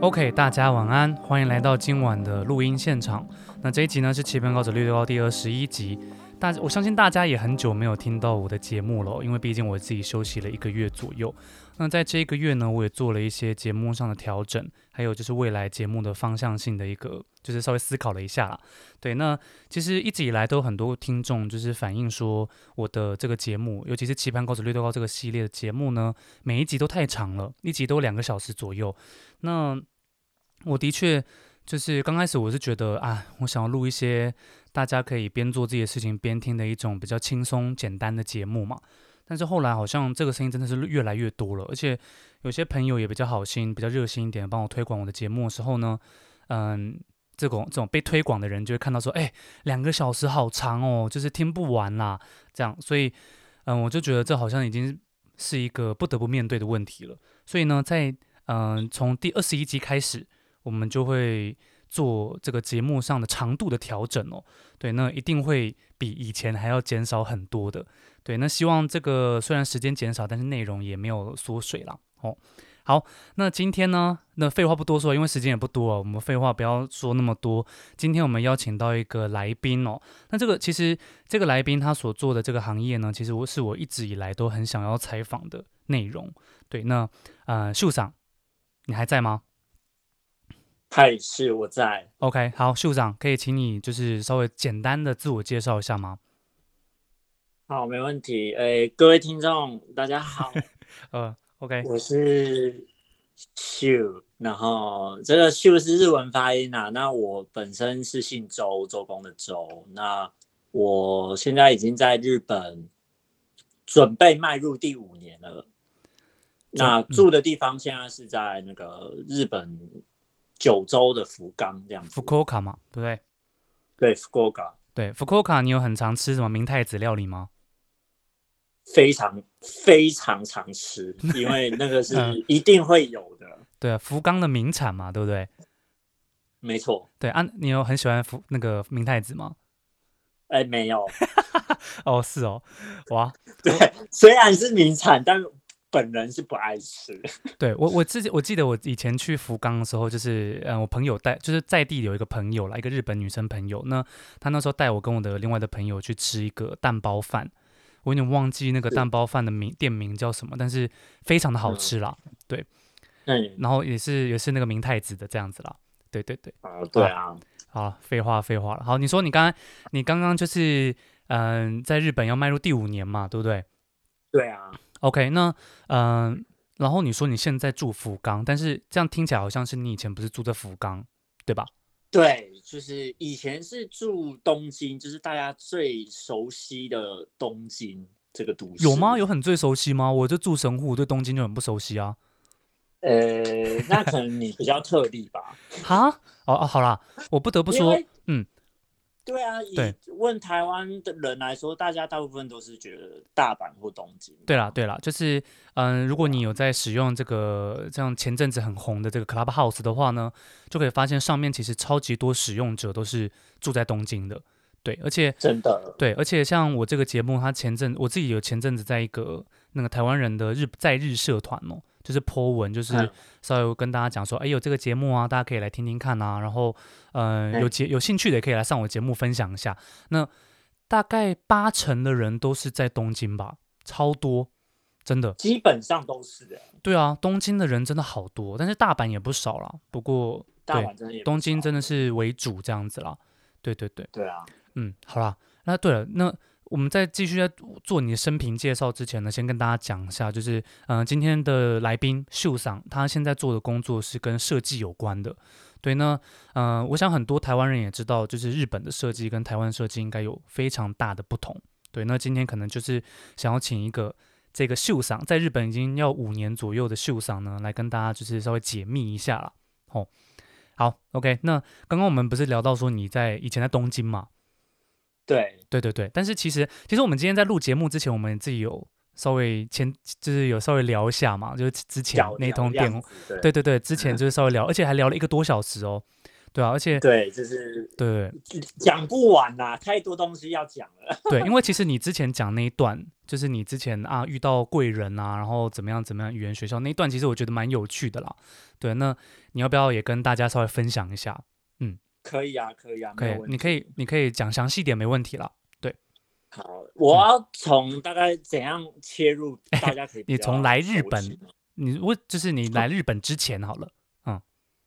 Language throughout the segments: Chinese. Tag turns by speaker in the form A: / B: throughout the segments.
A: OK，大家晚安，欢迎来到今晚的录音现场。那这一集呢是《棋盘高手绿豆糕》第二十一集。大，我相信大家也很久没有听到我的节目了，因为毕竟我自己休息了一个月左右。那在这一个月呢，我也做了一些节目上的调整，还有就是未来节目的方向性的一个，就是稍微思考了一下啦。对，那其实一直以来都有很多听众就是反映说，我的这个节目，尤其是《棋盘高手绿豆糕》这个系列的节目呢，每一集都太长了，一集都两个小时左右。那我的确就是刚开始我是觉得啊，我想要录一些大家可以边做自己的事情边听的一种比较轻松简单的节目嘛。但是后来好像这个声音真的是越来越多了，而且有些朋友也比较好心、比较热心一点，帮我推广我的节目的时候呢，嗯，这种这种被推广的人就会看到说，哎、两个小时好长哦，就是听不完啦，这样，所以嗯，我就觉得这好像已经是一个不得不面对的问题了。所以呢，在嗯从第二十一集开始，我们就会做这个节目上的长度的调整哦。对，那一定会比以前还要减少很多的。对，那希望这个虽然时间减少，但是内容也没有缩水啦。哦。好，那今天呢？那废话不多说，因为时间也不多啊，我们废话不要说那么多。今天我们邀请到一个来宾哦，那这个其实这个来宾他所做的这个行业呢，其实我是我一直以来都很想要采访的内容。对，那呃，秀长，你还在吗？
B: 嗨，是我在。
A: OK，好，秀长，可以请你就是稍微简单的自我介绍一下吗？
B: 好，没问题。诶，各位听众，大家好，
A: 呃，OK，
B: 我是秀。然后这个秀是日文发音啊。那我本身是姓周，周公的周。那我现在已经在日本，准备迈入第五年了。那
A: 嗯
B: 住的地方现在是在那个日本九州的福冈这样子
A: 福。柯卡嘛，对不对？
B: 对，福冈
A: 对，福柯卡，你有很常吃什么明太子料理吗？
B: 非常非常常吃，因为那个是
A: 嗯
B: 一定会有的。
A: 对啊，福冈的名产嘛，对不对？
B: 没错，
A: 对啊，你有很喜欢福那个明太子吗？
B: 哎，没有，
A: 哦，是哦，哇，
B: 虽然是名产，但本人是不爱吃。
A: 对我我自己我记得我以前去福冈的时候，就是嗯、呃我朋友带就是在地有一个朋友啦，一个日本女生朋友，那她那时候带我跟我的另外的朋友去吃一个蛋包饭，我有点忘记那个
B: 是
A: 蛋包饭的名店名叫什么，但是非常的好
B: 嗯
A: 吃啦，
B: 嗯，
A: 然后也是也是那个明太子的这样子啦，对对对。
B: 啊，对啊，
A: 好，废话废话了。好，你说你刚刚你刚刚就是嗯、在日本要迈入第五年嘛，对不对
B: 对啊，
A: ？OK，那嗯、然后你说你现在住福冈，但是这样听起来好像是你以前不是住在福冈，对吧？
B: 对，就是以前是住东京，就是大家最熟悉的东京这个都市。
A: 有吗？有？很最熟悉吗？我就住神户，我对东京就很不熟悉啊。
B: 呃，那可能你比较特例吧。
A: 哈，哦哦，好啦，我 不得不
B: 因
A: 说
B: 为，
A: 嗯，
B: 对啊，以
A: 对
B: 问台湾的人来说，大家大部分都是觉得大阪或东京。
A: 对啦，对啦，就是嗯、如果你有在使用这个像前阵子很红的这个 Clubhouse 的话呢，就可以发现上面其实超级多使用者都是住在东京的，对，而且
B: 真的，
A: 对，而且像我这个节目，它前阵我自己有前阵子在一个那个台湾人的日在日社团哦，就是 po 文，就是
B: 嗯
A: 稍微跟大家讲说，哎、有这个节目啊，大家可以来听听看啊，然后呃有
B: 哎
A: 节有兴趣的也可以来上我节目分享一下。那大概八成的人都是在东京吧，超多，真的。
B: 基本上都是的。
A: 对啊，东京的人真的好多，但是大阪也不少啦。不过
B: 大
A: 对
B: 阪真的也不
A: 东京
B: 少
A: 真的是为主这样子啦。对对对。
B: 对啊，
A: 嗯，好啦，那对了，那我们在继续在做你的生平介绍之前呢，先跟大家讲一下，就是嗯、呃今天的来宾秀赏，他现在做的工作是跟设计有关的。对，那嗯、呃我想很多台湾人也知道，就是日本的设计跟台湾设计应该有非常大的不同。对，那今天可能就是想要请一个这个秀嗓，在日本已经要五年左右的秀嗓呢，来跟大家就是稍微解密一下啦。哦，好，OK，那刚刚我们不是聊到说你在以前在东京嘛？
B: 对，
A: 对对对，但是其实其实我们今天在录节目之前，我们自己有稍微前就是有稍微聊一下嘛，就是之前
B: 小
A: 那通
B: 鸟
A: 电
B: 样
A: 话，
B: 子对
A: 对对对，之前就是稍微聊，而且还聊了一个多小时哦，对啊，而且
B: 对，就是
A: 对
B: 讲不完啦，太多东西要讲了。
A: 对，因为其实你之前讲那一段，就是你之前啊遇到贵人啊，然后怎么样怎么样语言学校那一段，其实我觉得蛮有趣的啦。对，那你要不要也跟大家稍微分享一下？
B: 可以啊，可以啊，
A: 可
B: 没
A: 以
B: 有，问
A: 你
B: 题。
A: 可以你可以讲详细一点，没问题啦。
B: 好，我
A: 嗯
B: 要从大概怎样切 入，大家可以比
A: 你
B: 较
A: 从来日
B: 熟
A: 本
B: 悉
A: 你我就是你来日本之前好了，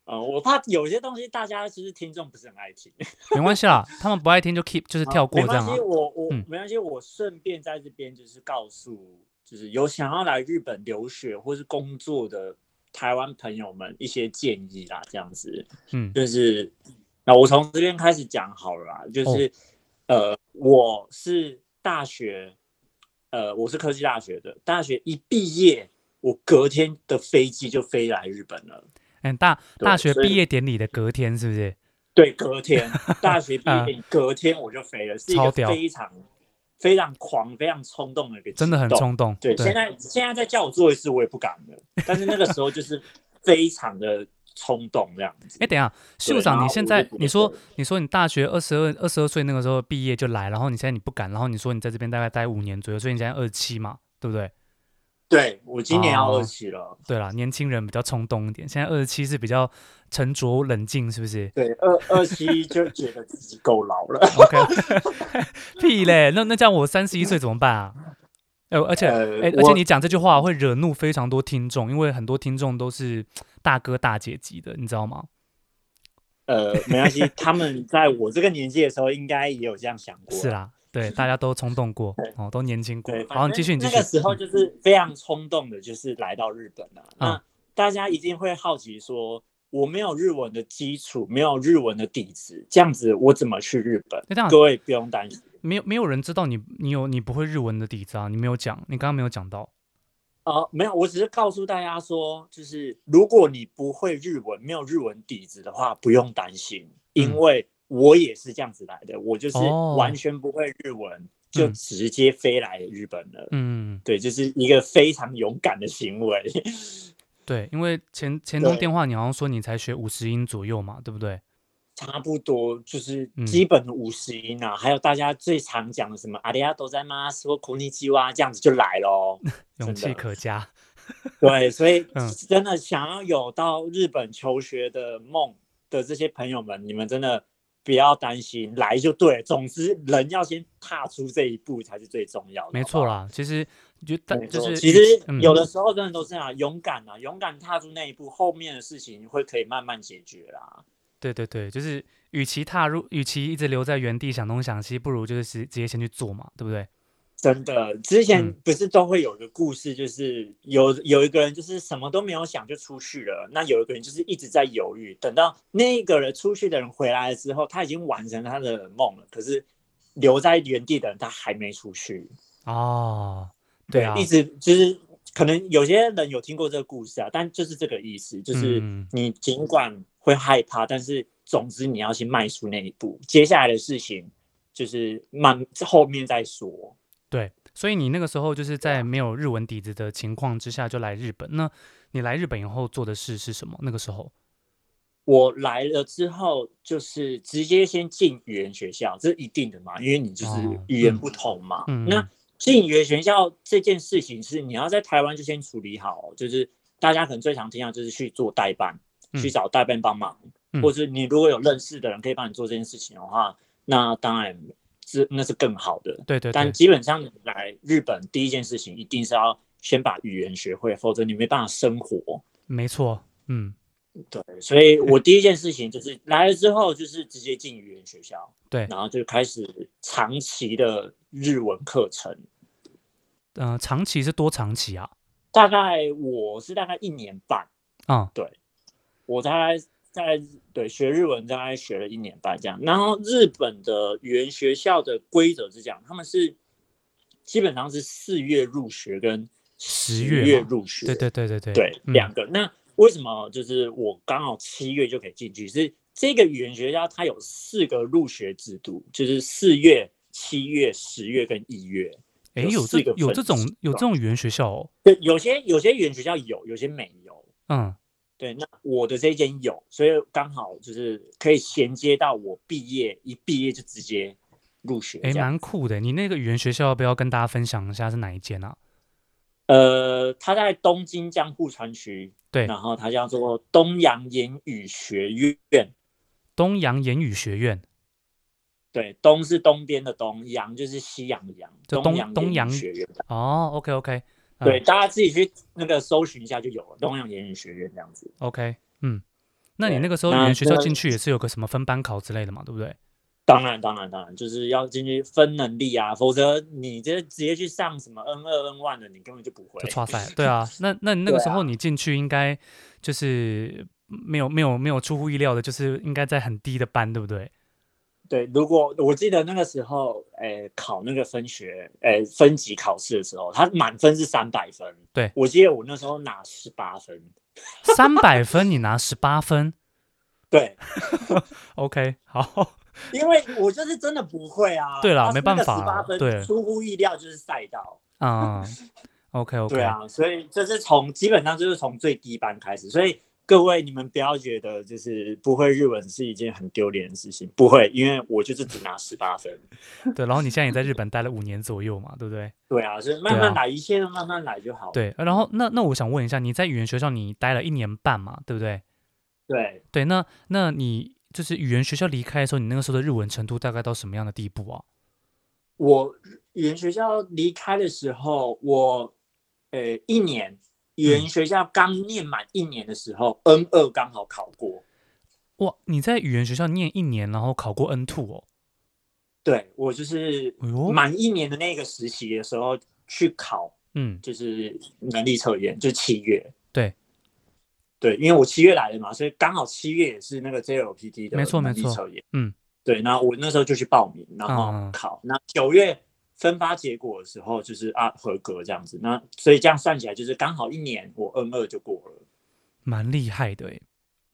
B: 呃，我怕有些东西大家就是听众不是很爱听，
A: 没关系啦，他们不爱听就 keep 就是
B: 好
A: 跳过
B: 没
A: 这
B: 关
A: 样啊
B: 系，。我我、
A: 嗯
B: 没关系，我顺便在这边就是告诉，就是有想要来日本留学或是工作的台湾朋友们一些建议啦，这样子。
A: 嗯
B: 就是那我从这边开始讲好了啦，
A: 哦
B: 就是、呃，我是大学，呃，我是科技大学的，大学一毕业，我隔天的飞机就飞来日本了。
A: 嗯，大大
B: 对
A: 学
B: 所以
A: 毕业典礼的隔天是不是？
B: 对，隔天大学毕
A: 啊
B: 业，隔天我就飞了，是一
A: 超
B: 个
A: 屌
B: 非常非常狂、非常冲动的一个，
A: 真的很。冲动。
B: 对，现在现在再叫我做一次，我也不敢 了。但是那个时候就是非常的冲动这样子。
A: 哎，等一下，秀
B: 然
A: 长，
B: 后
A: 你
B: 我
A: 现
B: 就
A: 在
B: 觉
A: 你
B: 得
A: 说你说你大学二十二二十二岁那个时候毕业就来，然后你现在你不敢，然后你说你在这边大概待五年左右，所以你现在二七嘛，对不对？
B: 对我今年要
A: 哦
B: 二期了。
A: 对啦，年轻人比较冲动一点，现在二十七是比较沉着冷静，是不是。
B: 对，二二七就觉得自己够老了
A: ？OK，屁 嘞，那那这样我三十一岁怎么办啊？哎、而且哎、
B: 呃
A: 而且
B: 我
A: 你讲这句话会惹怒非常多听众，因为很多听众都是大哥大姐级的，你知道吗？
B: 呃，没关系，他们在我这个年纪的时候，应该也有这样想过。啊
A: 是，啊啦，对，大家都冲动过，哦，都年轻过
B: 对。。
A: 好，你继续，
B: 反
A: 你继
B: 正
A: 续。
B: 那个时候
A: 嗯
B: 就是非常冲动的，就是来到日本了、
A: 嗯
B: 那大家一定会好奇说，我没有日文的基础，没有日文的底子，这样子我怎么去日本
A: 那这样？
B: 各位不用担心。
A: 没有没有人知道你你有你不会日文的底子啊，你没有讲，你刚刚没有讲到。
B: 呃，没有，我只是告诉大家说，就是如果你不会日文，没有日文底子的话，不用担心，因
A: 嗯
B: 为我也是这样子来的，我就是
A: 哦
B: 完全不会日文，就
A: 嗯
B: 直接飞来日本了。
A: 嗯，
B: 对，就是一个非常勇敢的行为。
A: 对，因为前前通
B: 对
A: 电话你好像说你才学五十音左右嘛，对不对？
B: 差不多就是
A: 嗯
B: 基本的五十音啊，还有大家最常讲的什么阿里亚多在吗？说孔尼基哇，这样子就来 咯。
A: 勇
B: 真
A: 气
B: 的
A: 可嘉。
B: 对，所以
A: 嗯
B: 真的想要有到日本求学的梦的这些朋友们，你们真的不要担心，来就对了。总之，人要先踏出这一步才是最重要的。
A: 没错
B: 好
A: 啦，其实就
B: 不好，
A: 但
B: 没
A: 就
B: 错
A: 是
B: 其实
A: 嗯
B: 有的时候真的都是啊，勇敢啊，勇敢踏出那一步，后面的事情会可以慢慢解决啦。
A: 对对对，就是与其踏入，与其一直留在原地想东想西，不如就是直直接先去做嘛，对不对？
B: 真的，之前
A: 嗯
B: 不是都会有一个故事，就是有有一个人就是什么都没有想就出去了，那有一个人就是一直在犹豫，等到那个人出去的人回来了之后，他已经完成他的梦了，可是留在原地的人他还没出去，
A: 哦，对啊，
B: 一直就是可能有些人有听过这个故事啊，但就是这个意思，就是
A: 嗯
B: 你尽管会害怕，但是总之你要先迈出那一步，接下来的事情就是慢后面再说。
A: 对，所以你那个时候就是
B: 啊
A: 在没有日文底子的情况之下就来日本。那你来日本以后做的事是什么？那个时候，
B: 我来了之后，就是直接先进语言学校，这是一定的嘛，因为你就是
A: 哦
B: 语言不同嘛。
A: 嗯
B: 那进语言学校这件事情是你要在台湾就先处理好，哦就是大家可能最常听到就是去做代办，
A: 嗯
B: 去找代办帮忙，
A: 嗯
B: 或者你如果有认识的人可以帮你做这件事情的话，那当然是那是更好的。
A: 对对对
B: 但，基本上你来日本第一件事情一定是要先把语言学会，否则你没办法生活。
A: 没错，嗯。
B: 对，所以我第一件事情就是来了之后，就是直接进语言学校，
A: 对
B: 然后就开始长期的日文课程。
A: 嗯，长期是多长期啊？
B: 大概我是大概一年半，
A: 啊、
B: 我大概在对学日文大概学了一年半这样。然后日本的语言学校的规则是这样，他们是基本上是四月入学跟
A: 十
B: 月
A: 月嘛
B: 入学，
A: 对对对对对
B: 对，
A: 嗯
B: 两个。那为什么就是我刚好七月就可以进去？是这个语言学校它有四个入学制度，就是四月、七月、十月跟一月。
A: 诶，
B: 有
A: 有
B: 四
A: 这
B: 个
A: 有
B: 分
A: 这种
B: 支
A: 有这种语言学校哦，
B: 对，有些有些语言学校有，有些没有。
A: 嗯，
B: 对，那我的这间有，所以刚好就是可以衔接到我毕业，一毕业就直接入学这
A: 诶，
B: 样。
A: 蛮酷的。你那个语言学校要不要跟大家分享一下是哪一间啊？
B: 呃，它在东京江户川区，
A: 对，
B: 然后它叫做东洋言语学院。
A: 东洋言语学院，
B: 对，东是东边的东，洋就是西洋的洋，
A: 就
B: 东
A: 东
B: 洋
A: 东
B: 言语
A: 洋
B: 学院。
A: 哦，OK OK，嗯
B: 对，大家自己去那个搜寻一下就有了，东洋言语学院这样子。
A: OK，嗯，那你
B: 对
A: 那个时候语
B: 那
A: 言学校
B: 那
A: 进去也是有个什么分班考之类的嘛，对不对？
B: 当然，当然，当然，就是要进去分能力啊，否则你这直接去上什么 N 二 N 1的，你根本就不会
A: 就。差 赛，对啊，那那你那个
B: 对
A: 时候你进去应该就是没有没有没有出乎意料的，就是应该在很低的班，对不对？
B: 对，如果我记得那个时候，诶、考那个分学，诶、分级考试的时候，它满分是三百分。
A: 对
B: 我记得我那时候拿十八分。
A: 三百分你拿十八分
B: 对，
A: ，OK，好，
B: 因为我就是真的不会啊。
A: 对啦没办法
B: 十
A: 啦
B: 八分
A: 对
B: 出乎意料就是赛道。
A: 啊、o k OK，
B: 对啊，所以这是从基本上就是从最低班开始，所以各位你们不要觉得就是不会日文是一件很丢脸的事情，不会，因为我就是只拿十八分。
A: 对，然后你现在也在日本待了五年左右嘛，对不对？
B: 对啊，所以慢
A: 对啊
B: 慢来，一切都慢慢来就好。
A: 对，然后那那我想问一下，你在语言学校你待了一年半嘛，对不对？
B: 对，
A: 对，那那你就是语言学校离开的时候，你那个时候的日文程度大概到什么样的地步啊？
B: 我语言学校离开的时候，我呃一年语言
A: 嗯
B: 学校刚念满一年的时候，N 二刚好考过。
A: 哇，你在语言学校念一年，然后考过 N two 哦，
B: 对我就是
A: 哎呦
B: 满一年的那个实习的时候去考
A: 嗯，
B: 就是能力测验，就七月。
A: 对，
B: 对，因为我七月来的嘛，所以刚好七月也是那个 JLPT 的
A: 没错
B: 能力
A: 没错
B: 测验。
A: 嗯，
B: 对，然后我那时候就去报名，然后
A: 嗯
B: 考。那九月分发结果的时候，就是啊合格这样子。那所以这样算起来，就是刚好一年我 N 二就过了。
A: 蛮厉害的诶，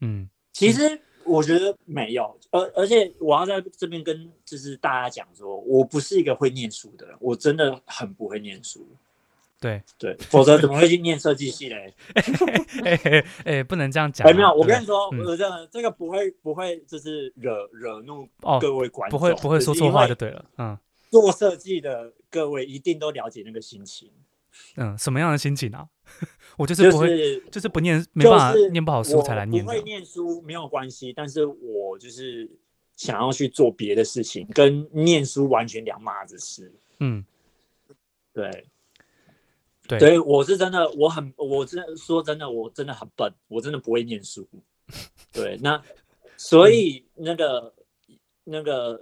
A: 嗯，
B: 其实我觉得没有，而而且我要在这边跟就是大家讲说，我不是一个会念书的人，我真的很不会念书。
A: 对，
B: 对，否则怎么会去念设计系嘞？
A: 哎哎哎，不能这样讲啊，
B: 哎，没有，我
A: 对
B: 跟你说，
A: 嗯
B: 我真的这个不会不会，就是惹惹怒
A: 哦，
B: 各位观
A: 不
B: 众，
A: 会不会
B: 就是
A: 说错
B: 因
A: 话
B: 为
A: 就对了，嗯
B: 做设计的各位一定都了解那个心情，
A: 嗯，什么样的心情啊？ 我就是
B: 就
A: 不会，
B: 是
A: 就是不念，没
B: 就
A: 办法
B: 是
A: 念不好书
B: 我
A: 才来念
B: 不
A: 这
B: 会
A: 样，
B: 念书没有关系，但是我就是想要去做别的事情，跟念书完全两码子事。
A: 嗯，
B: 对，
A: 对
B: 所以我是真的，我很，我真的说真的，我真的很笨，我真的不会念 书。对，那所以那个、那个，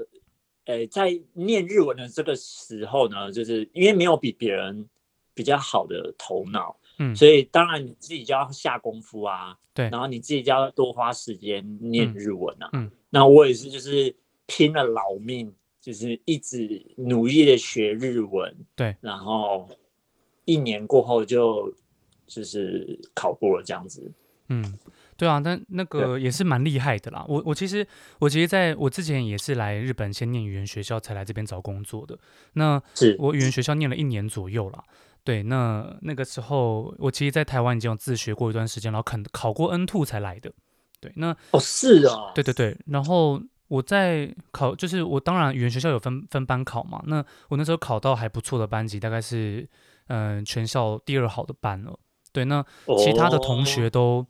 B: 诶、在念日文的这个时候呢，就是因为没有比别人比较好的头脑，
A: 嗯
B: 所以当然你自己就要下功夫啊，
A: 对
B: 然后你自己就要多花时间念
A: 嗯
B: 日文啊。
A: 嗯
B: 那我也是就是拼了老命，就是一直努力的学日文，
A: 对，
B: 然后一年过后就就是考过了这样子，
A: 嗯，对啊，但那个也是蛮厉害的啦。我我其实我其实在我之前也是来日本先念语言学校，才来这边找工作的。那
B: 是
A: 我语言学校念了一年左右啦。对，那那个时候我其实，在台湾已经有自学过一段时间，然后肯考过 N two 才来的。对，那
B: 哦，是哦，
A: 对对对，然后我在考，就是我当然语言学校有分分班考嘛，那我那时候考到还不错的班级，大概是嗯、呃全校第二好的班了。对，那
B: 哦，
A: 其他的同学都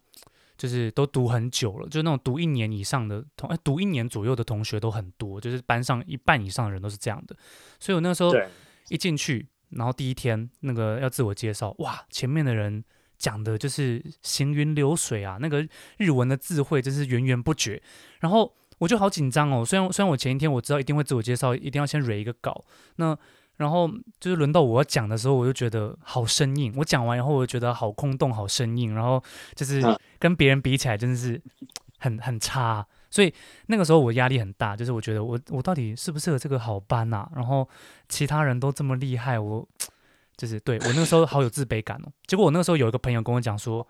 A: 就是都读很久了，就那种读一年以上的同，哎，读一年左右的同学都很多，就是班上一半以上的人都是这样的。所以我那时候
B: 对，
A: 一进去，然后第一天那个要自我介绍，哇，前面的人讲的就是行云流水啊，那个日文的智慧真是源源不绝。然后我就好紧张哦，虽然虽然我前一天我知道一定会自我介绍，一定要先蕊一个稿，那然后就是轮到我要讲的时候，我就觉得好生硬。我讲完以后，我就觉得好空洞，好生硬，然后就是
B: 嗯
A: 跟别人比起来，真的是很很差。啊所以那个时候我压力很大，就是我觉得我我到底适不适合这个好班呐、然后其他人都这么厉害，我就是对我那个时候好有自卑感哦。 结果我那个时候有一个朋友跟我讲说，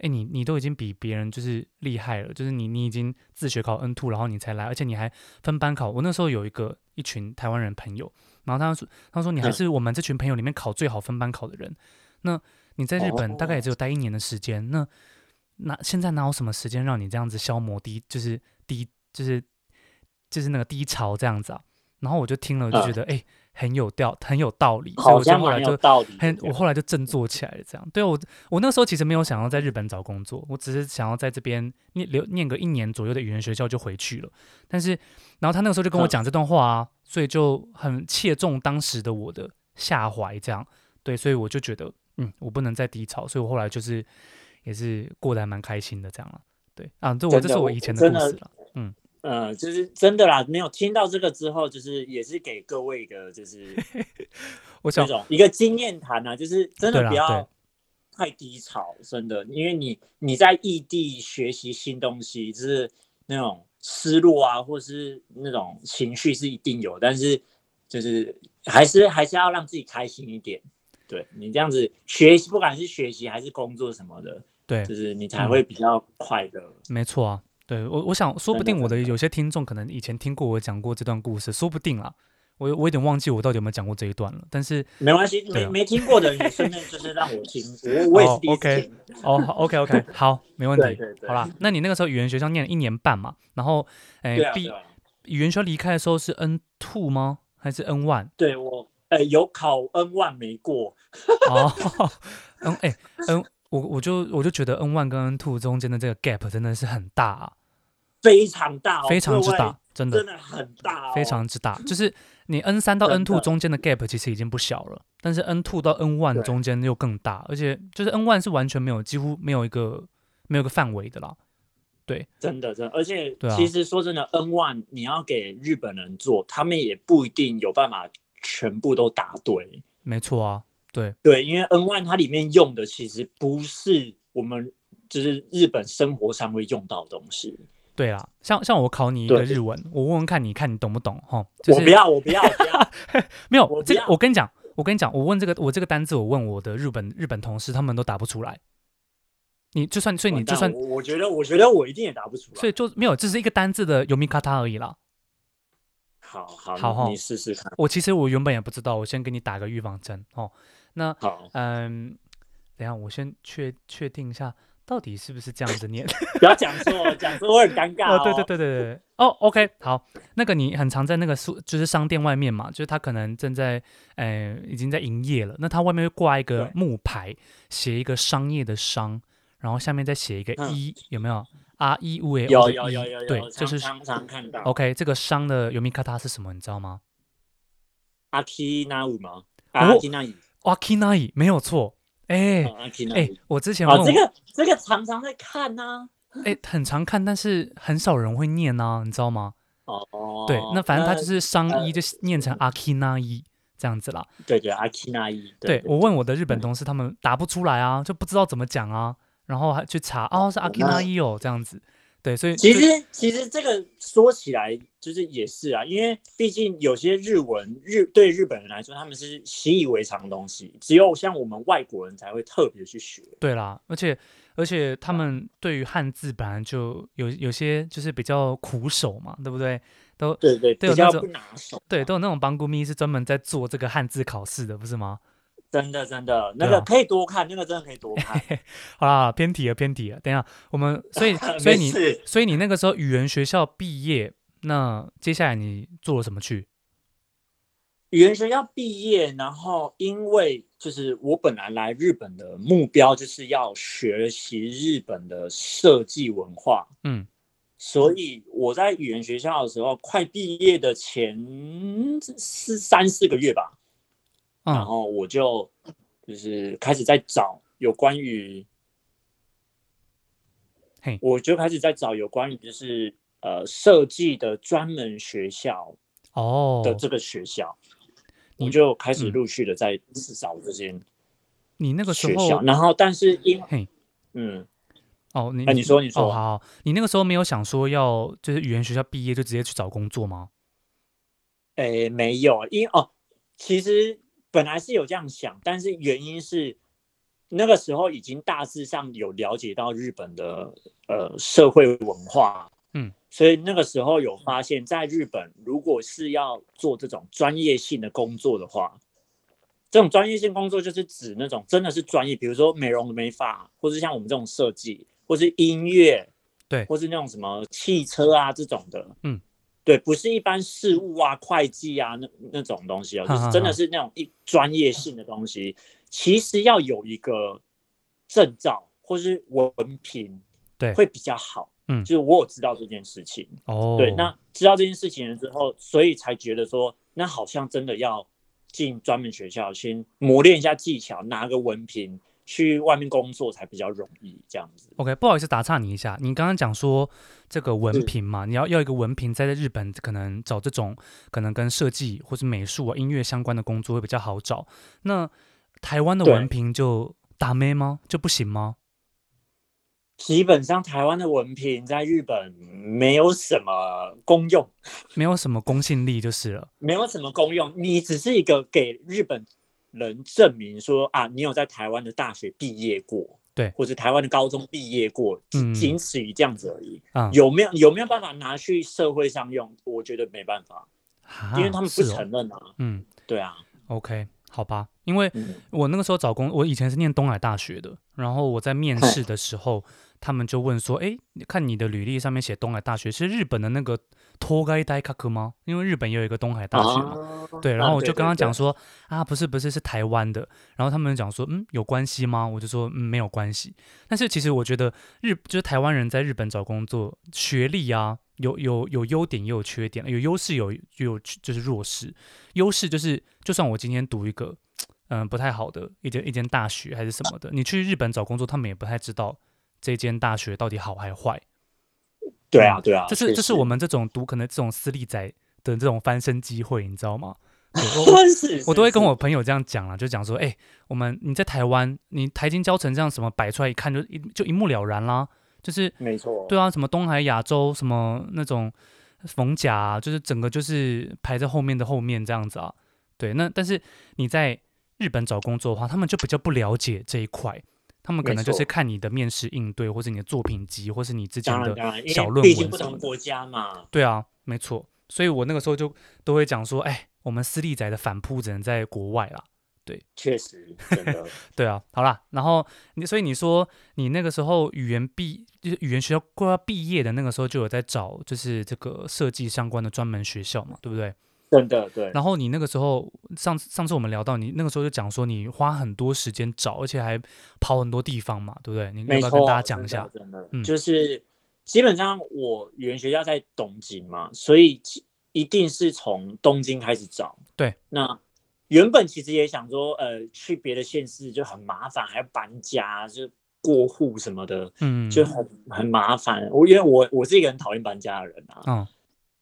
A: 哎，你你都已经比别人就是厉害了，就是你你已经自学考 N two，然后你才来，而且你还分班考。我那时候有一个一群台湾人朋友，然后他说他说你还
B: 嗯
A: 是我们这群朋友里面考最好分班考的人。那你在日本大概也只有待一年的时间，那那现在哪有什么时间让你这样子消磨低，就是低，就是就是那个低潮这样子啊？然后我就听了，就觉得哎、诶很有调，很有道理，所以
B: 嗯好
A: 我就
B: 像
A: 后来
B: 蛮有
A: 就
B: 道理的。
A: 很，我后来就振作起来了。这样，对我我那时候其实没有想要在日本找工作，我只是想要在这边念留念个一年左右的语言学校就回去了。但是，然后他那个时候就跟我
B: 嗯
A: 讲这段话啊，所以就很切中当时的我的下怀，这样对，所以我就觉得，嗯，我不能再低潮，所以我后来就是也是过得还蛮开心的这样了。对啊，这我
B: 真
A: 这
B: 的
A: 是我
B: 我
A: 以
B: 我
A: 前的
B: 真
A: 故
B: 的
A: 事了。
B: 呃，就是真的啦，没有听到这个之后，就是也是给各位一个就是
A: 我
B: 这
A: 想
B: 种一个经验谈啊，就是真
A: 对
B: 的
A: 啦
B: 不
A: 对
B: 要太低潮，真的，因为你你在异地学习新东西，就是那种失落啊，或是那种情绪是一定有，但是就是还是还是要让自己开心一点。对你这样子学习，不管是学习还是工作什么的，
A: 对
B: 就，是你
A: 嗯
B: 才会比较快乐。
A: 没错啊，对我我想，说不
B: 真的
A: 定我的
B: 真的
A: 有些听众可能以前听过我讲过这段故事，说不定啦。我有我有点忘记我到底有没有讲过这一段了，但 是
B: 没关系，
A: 对
B: 没
A: 啊
B: 没听过的人，你顺便就是让我听，我我也
A: 哦
B: 是第一次
A: ，OK
B: 听。
A: 哦，OK OK，好，没问题，
B: 对对对
A: 好啦。那你那个时候语言学校念了一年半嘛，然后，哎、
B: 对啊，
A: 毕、
B: 对啊，
A: 语言学校离开的时候是 N two 吗？还是 N one？
B: 对我呃有考 N 万没过，
A: 哦，N 哎、N 我我就我就觉得 N one 跟 N two 中间的这个 gap 真的是很大、啊，
B: 非常大、哦，
A: 非常之大，真
B: 各
A: 的
B: 位，真的很大、哦，
A: 非常之大，就是你 N 三到 N
B: 真
A: two
B: 的
A: 中间的 gap 其实已经不小了，但是 N two 到 N one
B: 对
A: 中间又更大，而且就是 N one 是完全没有几乎没有一个没有一个范围的啦。
B: 真的真的，而且
A: 对啊
B: 其实说真的，N 万你要给日本人做，他们也不一定有办法全部都答对。
A: 没错啊，对，
B: 对，因为 N 万它里面用的其实不是我们就是日本生活上会用到的东西。
A: 对啦，像像我考你一个
B: 对
A: 日文，我问问看你看你懂不懂哈？就
B: 我不
A: 是
B: 要，我不要，我不 要。
A: 没有
B: 我不
A: 这个，
B: 要
A: 我跟你讲，我跟你讲，我问这个我这个单字，我问我的日本日本同事，他们都答不出来。你就算所以你
B: 完
A: 就
B: 蛋
A: 算
B: 我我觉得，我觉得我一定也答不出来。
A: 所以就没有，这是一个单字的読み方而已啦。
B: 好好，
A: 好
B: 你
A: 吼
B: 你试试看。
A: 我其实我原本也不知道，我先给你打个预防针哦。那
B: 好，
A: 嗯，等一下我先确确定一下，到底是不是这样子 念？
B: 不要讲错，讲错会很 尴尬、哦。
A: 对对对对对，哦，OK，好，那个你很常在那个书就是商店外面嘛，就是他可能正在呃已经在营业了，那他外面会挂一个
B: 对
A: 木牌，写一个商业的商，然后下面再写一个
B: 嗯
A: 一、有没有？R E U A
B: 有有有有有，
A: 对，这
B: 常
A: 是
B: 常常看到。
A: OK，这个商的読み方是什么？你知道吗？
B: 阿基那五吗？
A: 哦
B: 阿基那语，
A: 哇 k i n a i 没有错，哎、
B: 阿基哦那
A: 哎、
B: 语。
A: 我之前问
B: 啊，
A: 我
B: 这个这个常常在看啊呐。
A: 哎、很常看，但是很少人会念呐、你知道吗？
B: 哦，
A: 对，那反正它就
B: 那
A: 是商一，
B: 呃
A: 就是念成阿 k i n a 一这样子啦。
B: 对对嗯阿基那语。
A: 对我问我的日本同事，他们答不出来啊，就不知道怎么讲啊，然后还去查，哦，是阿 k i n a 一哦，这样子。对，所以
B: 其
A: 就
B: 实其实这个说起来就是也是啊，因为毕竟有些日文日对日本人来说他们是习以为常的东西，只有像我们外国人才会特别去学。
A: 对啦，而且而且
B: 嗯
A: 他们对于汉字本来就有有些就是比较苦手嘛，对不对？都
B: 对对，
A: 对有
B: 比
A: 那
B: 较
A: 种
B: 不拿手。
A: 对，都有那种帮姑咪是专门在做这个汉字考试的，不是吗？
B: 真的真的，
A: 对
B: 那
A: 啊
B: 个可以多看，那个真的可以多看。
A: 好啦，偏题了，偏题了。等一下，我们所以 所以
B: 没
A: 你
B: 事
A: 所以你那个时候语言学校毕业，那接下来你做了什么去？
B: 语言学校毕业，然后因为就是我本来来日本的目标就是要学习日本的设计文化，
A: 嗯，
B: 所以我在语言学校的时候，快毕业的前是三四个月吧，然
A: 嗯，
B: 后我就就是开始在找有关于
A: 嘿，
B: 我就开始在找有关于就是呃设计的专门学校
A: 哦，
B: 的这个学校，
A: 你
B: 我就开始
A: 嗯
B: 陆续的在找这些
A: 你那个时
B: 学校，
A: 候，
B: 然后但是因
A: 嘿，
B: 嗯，
A: 哦，你
B: 哎你说你说
A: 哦，好好，你那个时候没有想说要就是语言学校毕业就直接去找工作吗？
B: 诶，哎没有，因为哦，其实本来是有这样想，但是原因是那个时候已经大致上有了解到日本的呃社会文化，
A: 嗯，
B: 所以那个时候有发现，在日本如果是要做这种专业性的工作的话，这种专业性工作就是指那种真的是专业，比如说美容美发，或是像我们这种设计，或是音乐，
A: 对
B: 或是那种什么汽车啊这种的，
A: 嗯，
B: 对，不是一般事务啊、会计啊那那种东西啊，
A: 哈
B: 就
A: 哈哈
B: 是真的是那种一专业性的东西，其实要有一个证照或是文凭，
A: 对
B: 会比较好。
A: 嗯
B: 就是我有知道这件事情，
A: 哦，
B: 对，那知道这件事情了之后，所以才觉得说，那好像真的要进专门学校，先磨练一下技巧，拿个文凭，去外面工作才比较容易，这样子。
A: OK，不好意思打岔你一下，你刚刚讲说这个文
B: 是
A: 凭嘛，你要要一个文凭，在在日本可能找这种可能跟设计或是美术啊、音乐相关的工作会比较好找。那台湾的
B: 对
A: 文凭就打妹吗？就不行吗？
B: 基本上台湾的文凭在日本没有什么公用，
A: 没有什么公信力就是了。
B: 没有什么公用，你只是一个给日本人证明说啊，你有在台湾的大学毕业过，
A: 对
B: 或者台湾的高中毕业过，
A: 嗯
B: 仅仅此于这样子而已。
A: 啊
B: 有没有有没有办法拿去社会上用？我觉得没办法，
A: 哈
B: 因为他们不
A: 是哦
B: 承认啊。
A: 嗯
B: 对啊，
A: ，OK，好吧，因为
B: 嗯，
A: 我那个时候找工，我以前是念东海大学的，然后我在面
B: 嗨
A: 试的时候，他们就问说：“诶，你看你的履历上面写东海大学，是日本的那个托该大学吗？因为日本也有一个东海大学嘛。
B: 啊
A: 嗯对，然后我就跟他讲，
B: 啊
A: 说啊不是不是，是台湾的。然后他们讲说，嗯，有关系吗？我就说，嗯，没有关系。但是其实我觉得日就是台湾人在日本找工作，学历啊，有有有优点也有缺点，有优势有有就是弱势。优势就是，就算我今天读一个嗯、不太好的一间一间大学还是什么的，你去日本找工作，他们也不太知道这间大学到底好还坏。
B: 对对啊，对啊，
A: 这
B: 确
A: 是这
B: 实
A: 是我们这种读可能这种私立仔的这种翻身机会，你知道吗？对我我
B: 是是
A: 我都会
B: 是
A: 跟我朋友这样讲啦，就讲说，哎、我们你在台湾，你台金教程这样什么摆出来一看就一就一目了然啦，就是
B: 没错，
A: 对啊，什么东海亚洲什么那种逢甲啊、就是整个就是排在后面的后面这样子啊。对，那但是你在日本找工作的话，他们就比较不了解这一块，他们可
B: 没
A: 能就是
B: 错
A: 看你的面试应对，或是你的作品集，或是你之前
B: 当然
A: 的
B: 当然，
A: 小
B: 因为
A: 论
B: 毕
A: 文
B: 竟不
A: 什么
B: 同
A: 的
B: 国家嘛，
A: 对啊，没错。所以我那个时候就都会讲说，哎，我们私立仔的反扑只能在国外啦。
B: 确实真的。
A: 对啊，好啦，然后你所以你说你那个时候语言毕就是语言学校快要毕业的那个时候就有在找就是这个设计相关的专门学校嘛，对不对？
B: 真的 对，
A: 然后你那个时候上次上次我们聊到你那个时候就讲说你花很多时间找，而且还跑很多地方嘛，对不对？你要
B: 没
A: 不要
B: 错，啊
A: 跟大家讲一下？
B: 真的，真
A: 嗯
B: 的就是基本上我语言学校在东京嘛，所以其一定是从东京开始找。
A: 对，
B: 那原本其实也想说，呃，去别的县市就很麻烦，还要搬家，就过户什么的，
A: 嗯，
B: 就很很麻烦。我因为我我是一个很讨厌搬家的人啊，
A: 嗯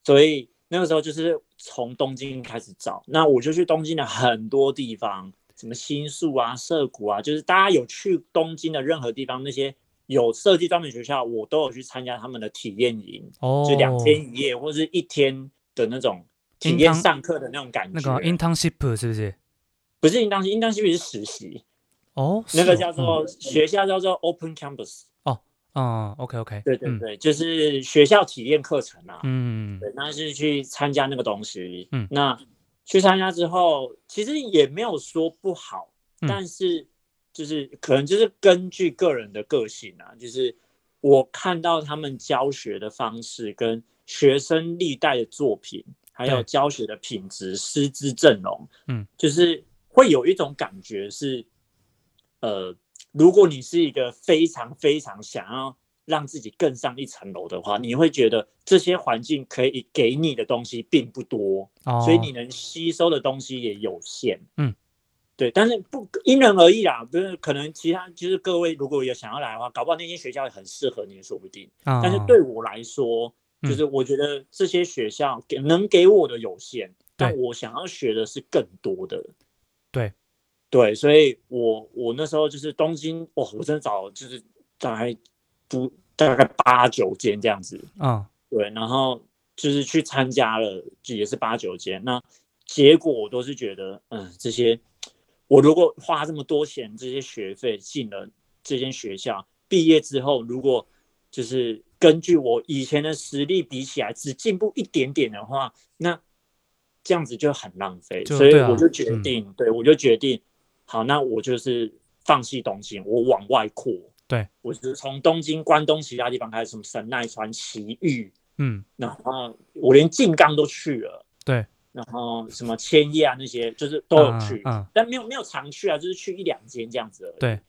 B: 所以那个时候就是从东京开始找，那我就去东京的很多地方，什么新宿啊、涩谷啊，就是大家有去东京的任何地方，那些有设计专门学校，我都有去参加他们的体验营，
A: 哦，
B: 就两天一夜或是一天的那种体验上课的那种感觉。
A: 那个 internship 是不是？
B: 不是应当应当是不是实习？
A: 哦，
B: 那
A: 是
B: 个
A: 哦
B: 叫
A: 嗯
B: 做、学校叫做 Open Campus，
A: 嗯，OK OK，
B: 对对
A: 嗯
B: 对，就是学校体验课程啊。
A: 嗯
B: 对，那是去参加那个东西。
A: 嗯
B: 那去参加之后，其实也没有说不好，
A: 嗯
B: 但是就是可能就是根据个人的个性啊，就是我看到他们教学的方式跟学生历代的作品，还有
A: 对
B: 教学的品质、师资阵容，
A: 嗯，
B: 就是会有一种感觉是，呃，如果你是一个非常非常想要让自己更上一层楼的话，你会觉得这些环境可以给你的东西并不多，
A: 哦，
B: 所以你能吸收的东西也有限。
A: 嗯，
B: 对，但是不因人而异啦，不是可能其他就是各位如果有想要来的话，搞不好那间学校也很适合你，也说不定。但是
A: 嗯
B: 对我来说，
A: 嗯
B: 就是我觉得这些学校给能给我的有限，但
A: 对
B: 我想要学的是更多的。
A: 对，
B: 对，所以我我那时候就是东京，哇，我真的找就是找还不大概八九间这样子，
A: 嗯
B: 对，然后就是去参加了，就也是八九间。那结果我都是觉得，嗯，这些我如果花这么多钱，这些学费进了这间学校，毕业之后如果就是根据我以前的实力比起来，只进步一点点的话，那这样子就很浪费。
A: 就
B: 所以
A: 对啊
B: 我就决
A: 嗯
B: 定，对我就决定，好，那我就是放弃东京，我往外扩。
A: 对，
B: 我就是从东京、关东其他地方开始，什么神奈川、埼玉，
A: 嗯，
B: 然后我连静冈都去了，
A: 对，
B: 然后什么千叶啊那些，就是都有去，
A: 嗯嗯
B: 但没有没有常去啊，就是去一两间这样子而已。
A: 对，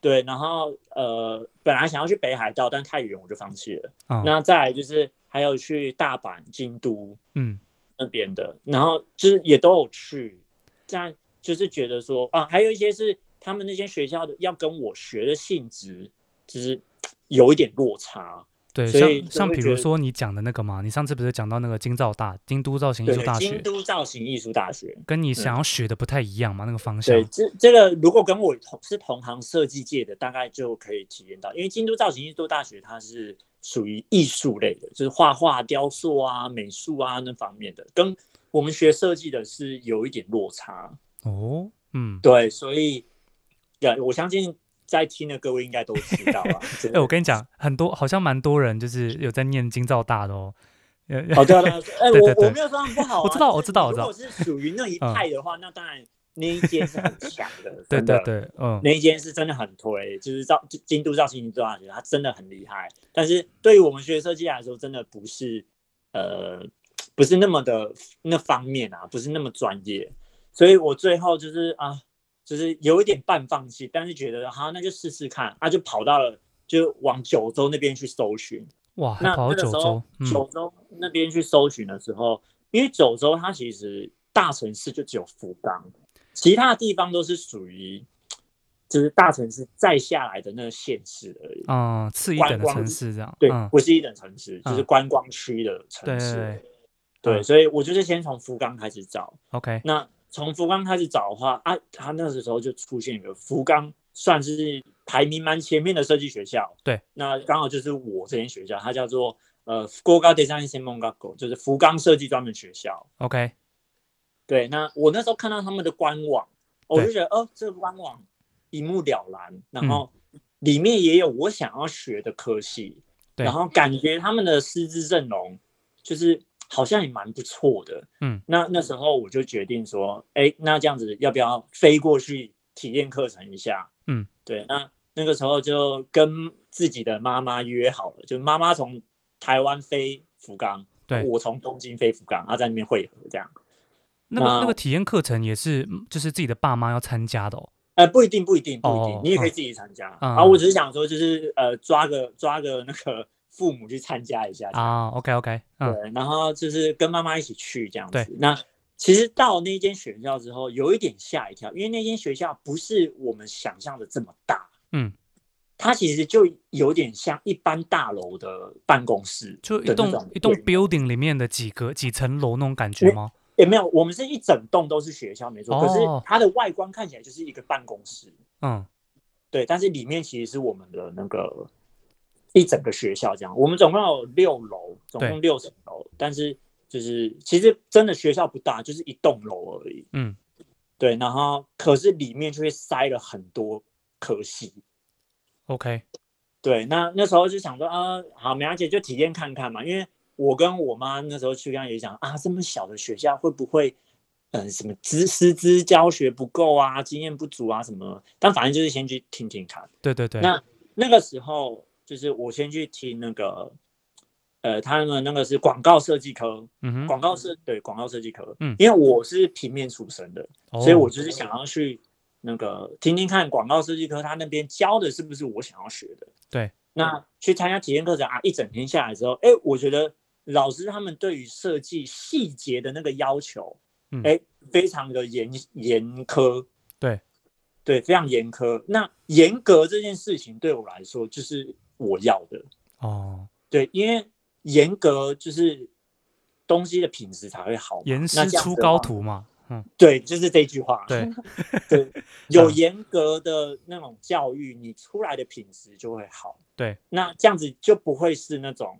B: 对，然后呃，本来想要去北海道，但太远我就放弃了。
A: 嗯
B: 那再来就是还有去大阪、京都
A: 嗯
B: 那边的，然后就是也都有去，这样就是觉得说啊，还有一些是他们那些学校的要跟我学的性质，就是有一点落差。
A: 对，
B: 所以
A: 像
B: 就
A: 像
B: 会
A: 比
B: 觉
A: 如
B: 得
A: 说你讲的那个嘛，你上次不是讲到那个京造大京都造型艺
B: 对
A: 术大，
B: 京
A: 学，
B: 都造型艺术大学，
A: 跟你想要学的不太一样嘛，那个方向
B: 对，，这这个如果跟我同是同行设计界的，大概就可以体验到，因为京都造型艺术大学它是属于艺术类的，就是画画、雕塑啊、美术啊那方面的，跟我们学设计的是有一点落差。
A: 哦，嗯，
B: 对，所以，对，我相信在听的各位应该都知道 啊。真
A: 哎、
B: 的
A: 我跟你讲，很多好像蛮多人就是有在念京造大的哦，呃
B: 哦，对啊，对啊哎、
A: 对对
B: 我
A: 对
B: 我没有说他们不好、啊，
A: 我知道
B: 就是
A: 我知道我知道嗯
B: 如果是属于那一派的话，那当然那一间是很强的，
A: 对
B: 真的
A: 对对，嗯，
B: 那一间是真的很推，就是造就京都造型艺术大学，它真的很厉害。但是对于我们学设计来说，真的不是呃不是那么的那方面啊，不是那么专业。所以我最后就是啊，就是有一点半放弃，但是觉得好、那就试试看，啊，就跑到了就往九州那边去搜寻。
A: 哇，还
B: 那
A: 跑到
B: 那个
A: 九
B: 时
A: 州
B: 候，
A: 嗯，
B: 九州那边去搜寻的时候，因为九州它其实大城市就只有福冈，其他地方都是属于就是大城市再下来的那个县市而已。
A: 啊、次一
B: 观
A: 等的
B: 光
A: 城
B: 地
A: 市这样，
B: 对，
A: 嗯，
B: 不是一等城市，就是
A: 嗯
B: 观光区的
A: 对
B: 城
A: 对
B: 市。
A: 对
B: 对
A: 嗯
B: 所以我就是先从福冈开始找。
A: ，OK，
B: 那从福冈开始找的话，啊，他那时候就出现一个福冈，算是排名蛮前面的设计学校。
A: 对，
B: 那刚好就是我这间学校，它叫做呃福冈 Design s e m o n g a k o 就是福冈设计专门学校。
A: OK，
B: 对，那我那时候看到他们的官网，我
A: 对嗯
B: 就觉得哦，这个官网一目了然，然后里面也有我想要学的科系，
A: 对
B: 然后感觉他们的师资阵容就是好像也蛮不错的，
A: 嗯，
B: 那那时候我就决定说，哎，那这样子要不要飞过去体验课程一下？
A: 嗯，
B: 对，那那个时候就跟自己的妈妈约好了，就妈妈从台湾飞福冈，
A: 对
B: 我从东京飞福冈，然后在那边汇合这样。
A: 那个那
B: 那
A: 个体验课程也是嗯就是自己的爸妈要参加的哦，
B: 呃，不一定，不一定，不一定，
A: 哦
B: 你也可以自己参加。
A: 嗯
B: 啊，我只是想说，就是呃，抓个抓个那个父母去参加一下，
A: 啊，OK OK，嗯，
B: 对，然后就是跟妈妈一起去这样
A: 对
B: 子。那其实到那间学校之后，有一点吓一跳，因为那间学校不是我们想象的这么大，
A: 嗯，
B: 它其实就有点像一般大楼的办公室
A: 就一
B: 的那
A: 栋
B: 种
A: 一栋
B: 规模
A: building 里面的几个几层楼那种感觉
B: 嗯
A: 吗？
B: 也没有，我们是一整栋都是学校没错，可是
A: 哦
B: 它的外观看起来就是一个办公室，
A: 嗯，
B: 对，但是里面其实是我们的那个一整个学校这样，我们总共有六楼，总
A: 对
B: 共六层楼，但是就是其实真的学校不大，就是一栋楼而已。
A: 嗯，
B: 对，然后可是里面却塞了很多科系。
A: OK，
B: 对，那那时候就想说啊，好，没关系，就体验看看嘛。因为我跟我妈那时候去，刚也想啊，这么小的学校会不会，嗯、什么资师资教学不够啊，经验不足啊什么？但反正就是先去听听看。
A: 对对对，
B: 那那个时候就是我先去听那个，呃，他们那个是广告设计科，
A: 嗯哼，
B: 广告设、对广告设计科，
A: 嗯
B: 因为我是平面出身的，
A: 哦
B: 所以我就是想要去那个听听看广告设计科他那边教的是不是我想要学的。
A: 对，
B: 那去参加体验课程啊，一整天下来之后，哎，我觉得老师他们对于设计细节的那个要求
A: 嗯，
B: 哎、非常的严严苛。
A: 对，
B: 对，非常严苛。那严格这件事情对我来说，就是我要的。
A: 哦，
B: 对，因为严格就是东西的品质才会好嘛。
A: 严
B: 那
A: 师
B: 这样
A: 出
B: 子的
A: 高。
B: 话
A: 徒嘛，嗯，
B: 对，就是这句话。
A: 对
B: 对，有严格的那种教育，你出来的品质就会好。
A: 对，
B: 那这样子就不会是那种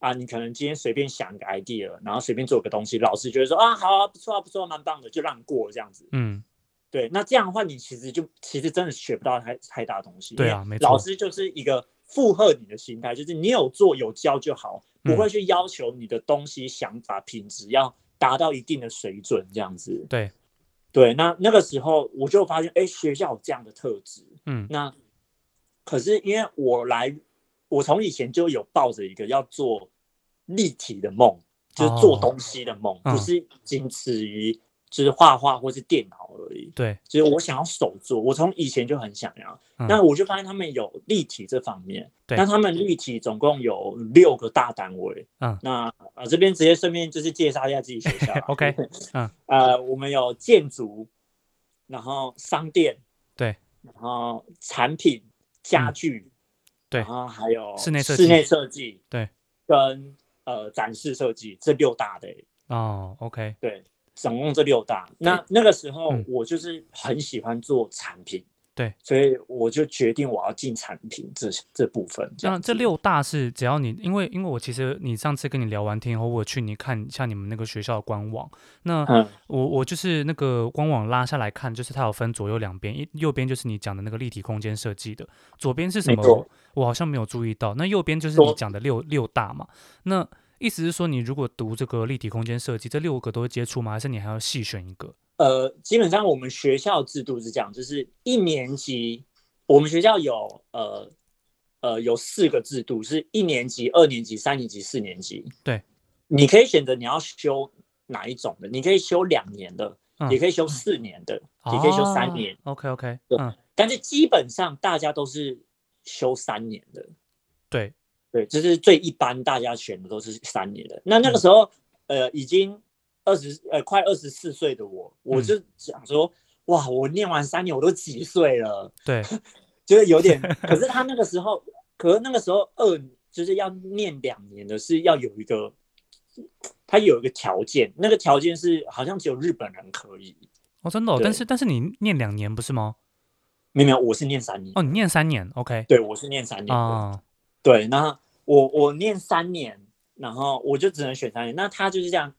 B: 啊，你可能今天随便想一个 idea，然后随便做个东西，老师觉得说啊，好啊，不错啊，不错啊，蛮棒的，就让你过这样子。
A: 嗯，
B: 对，那这样的话，你其实就其实真的学不到太太大东西。
A: 对啊
B: 因为
A: 没错
B: 老师就是一个附和你的心态，就是你有做有教就好，
A: 嗯
B: 不会去要求你的东西、想法、品质要达到一定的水准这样子。
A: 对，
B: 对，那那个时候我就发现，哎，学校有这样的特质。
A: 嗯
B: 那可是因为我来，我从以前就有抱着一个要做立体的梦，就是做
A: 哦
B: 东西的梦，
A: 嗯
B: 不是仅此于就是画画或是电脑而已。
A: 对，
B: 就是我想要手做，我从以前就很想要。
A: 嗯
B: 那我就发现他们有立体这方面，
A: 对
B: 那他们立体总共有六个大单位。
A: 嗯。
B: 那呃这边直接顺便就是介绍一下自己学校
A: OK，嗯，
B: 啊 呃，我们有建筑，然后商店，
A: 对，嗯
B: 然后产品、家具，
A: 对
B: 然后还有
A: 室内设计
B: 室内设计，
A: 对，
B: 跟呃展示设计这六大类。
A: 哦，OK，
B: 对，总共这六大。那那个时候
A: 嗯
B: 我就是很喜欢做产品，
A: 对，
B: 所以我就决定我要进产品这这部分。这
A: 那
B: 样
A: 这六大是只要你，因为因为我其实你上次跟你聊完天以后，我有去你看一下你们那个学校的官网，那
B: 嗯
A: 我我就是那个官网拉下来看，就是它有分左右两边，一右边就是你讲的那个立体空间设计的，左边是什
B: 没
A: 么
B: 错
A: 我？我好像没有注意到。那右边就是你
B: 左
A: 讲的六六大嘛。那意思是说，你如果读这个立体空间设计，这六个都会接触吗？还是你还要细选一个？
B: 呃，基本上我们学校制度是这样，就是一年级，我们学校有呃呃有四个制度，是一年级、二年级、三年级、四年级。
A: 对，
B: 你可以选择你要修哪一种的，你可以修两年的，
A: 嗯
B: 也可以修四年的，也可以修三年。
A: 哦、OK OK，
B: 对
A: 嗯，
B: 但是基本上大家都是修三年的，
A: 对，
B: 对，就是最一般大家选的都是三年的。那那个时候，呃，已经二十呃快二十四岁的我，我就想说，哇，我念完三年我都几岁了，
A: 对，
B: 就是有点。可是他那个时候，可是那个时候二就是要念两年的，是要有一个，他有一个条件，那个条件是好像只有日本人可以。
A: 哦，真的、哦，但
B: 对
A: 是但是你念两年不是吗？
B: 没有没有，我是念三年，
A: 哦，你念三年，OK，
B: 对我是念三年的。
A: 啊，
B: 对，那我我念三年，然后我就只能选三年。那他就是这样，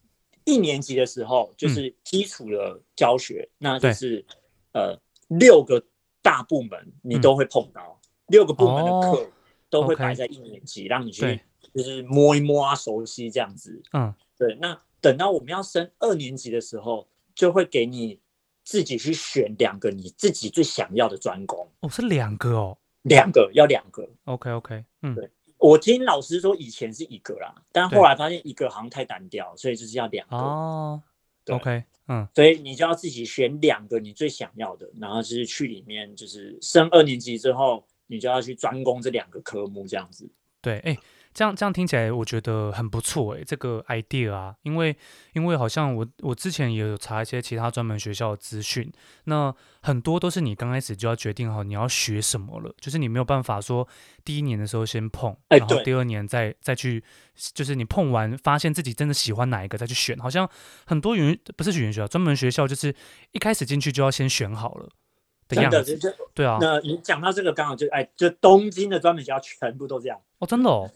B: 一年级的时候
A: 嗯
B: 就是基础的教学，那就是呃六个大部门你都会碰到，六个部门
A: 嗯
B: 的
A: 哦
B: 课都会
A: OK
B: 摆在一年级，让你
A: 对
B: 去就是摸一摸啊，熟悉这样子。
A: 嗯，
B: 对，那等到我们要升二年级的时候，就会给你自己去选两个你自己最想要的专攻，
A: 哦，是两个哦
B: 两个要两个。
A: ，OK OK，嗯，
B: 对我听老师说以前是一个啦，但
A: 对
B: 后来发现一个好像太单调，所以就是要两个。
A: 哦
B: 对
A: ，OK，嗯，
B: 所以你就要自己选两个你最想要的，然后就是去里面，就是升二年级之后，你就要去专攻这两个科目这样子。
A: 对，哎，这样这样听起来我觉得很不错哎，这个 idea 啊，因为因为好像我我之前也有查一些其他专门学校的资讯，那很多都是你刚开始就要决定好你要学什么了，就是你没有办法说第一年的时候先碰，
B: 哎
A: 然后
B: 对
A: 第二年再再去，就是你碰完发现自己真的喜欢哪一个再去选，好像很多语言不是语言学校，专门学校就是一开始进去就要先选好了的
B: 真
A: 样
B: 的，
A: 子
B: 就，就
A: 对啊，
B: 那你讲到这个，刚好就哎，就东京的专门学校全部都这样。
A: 哦，真的哦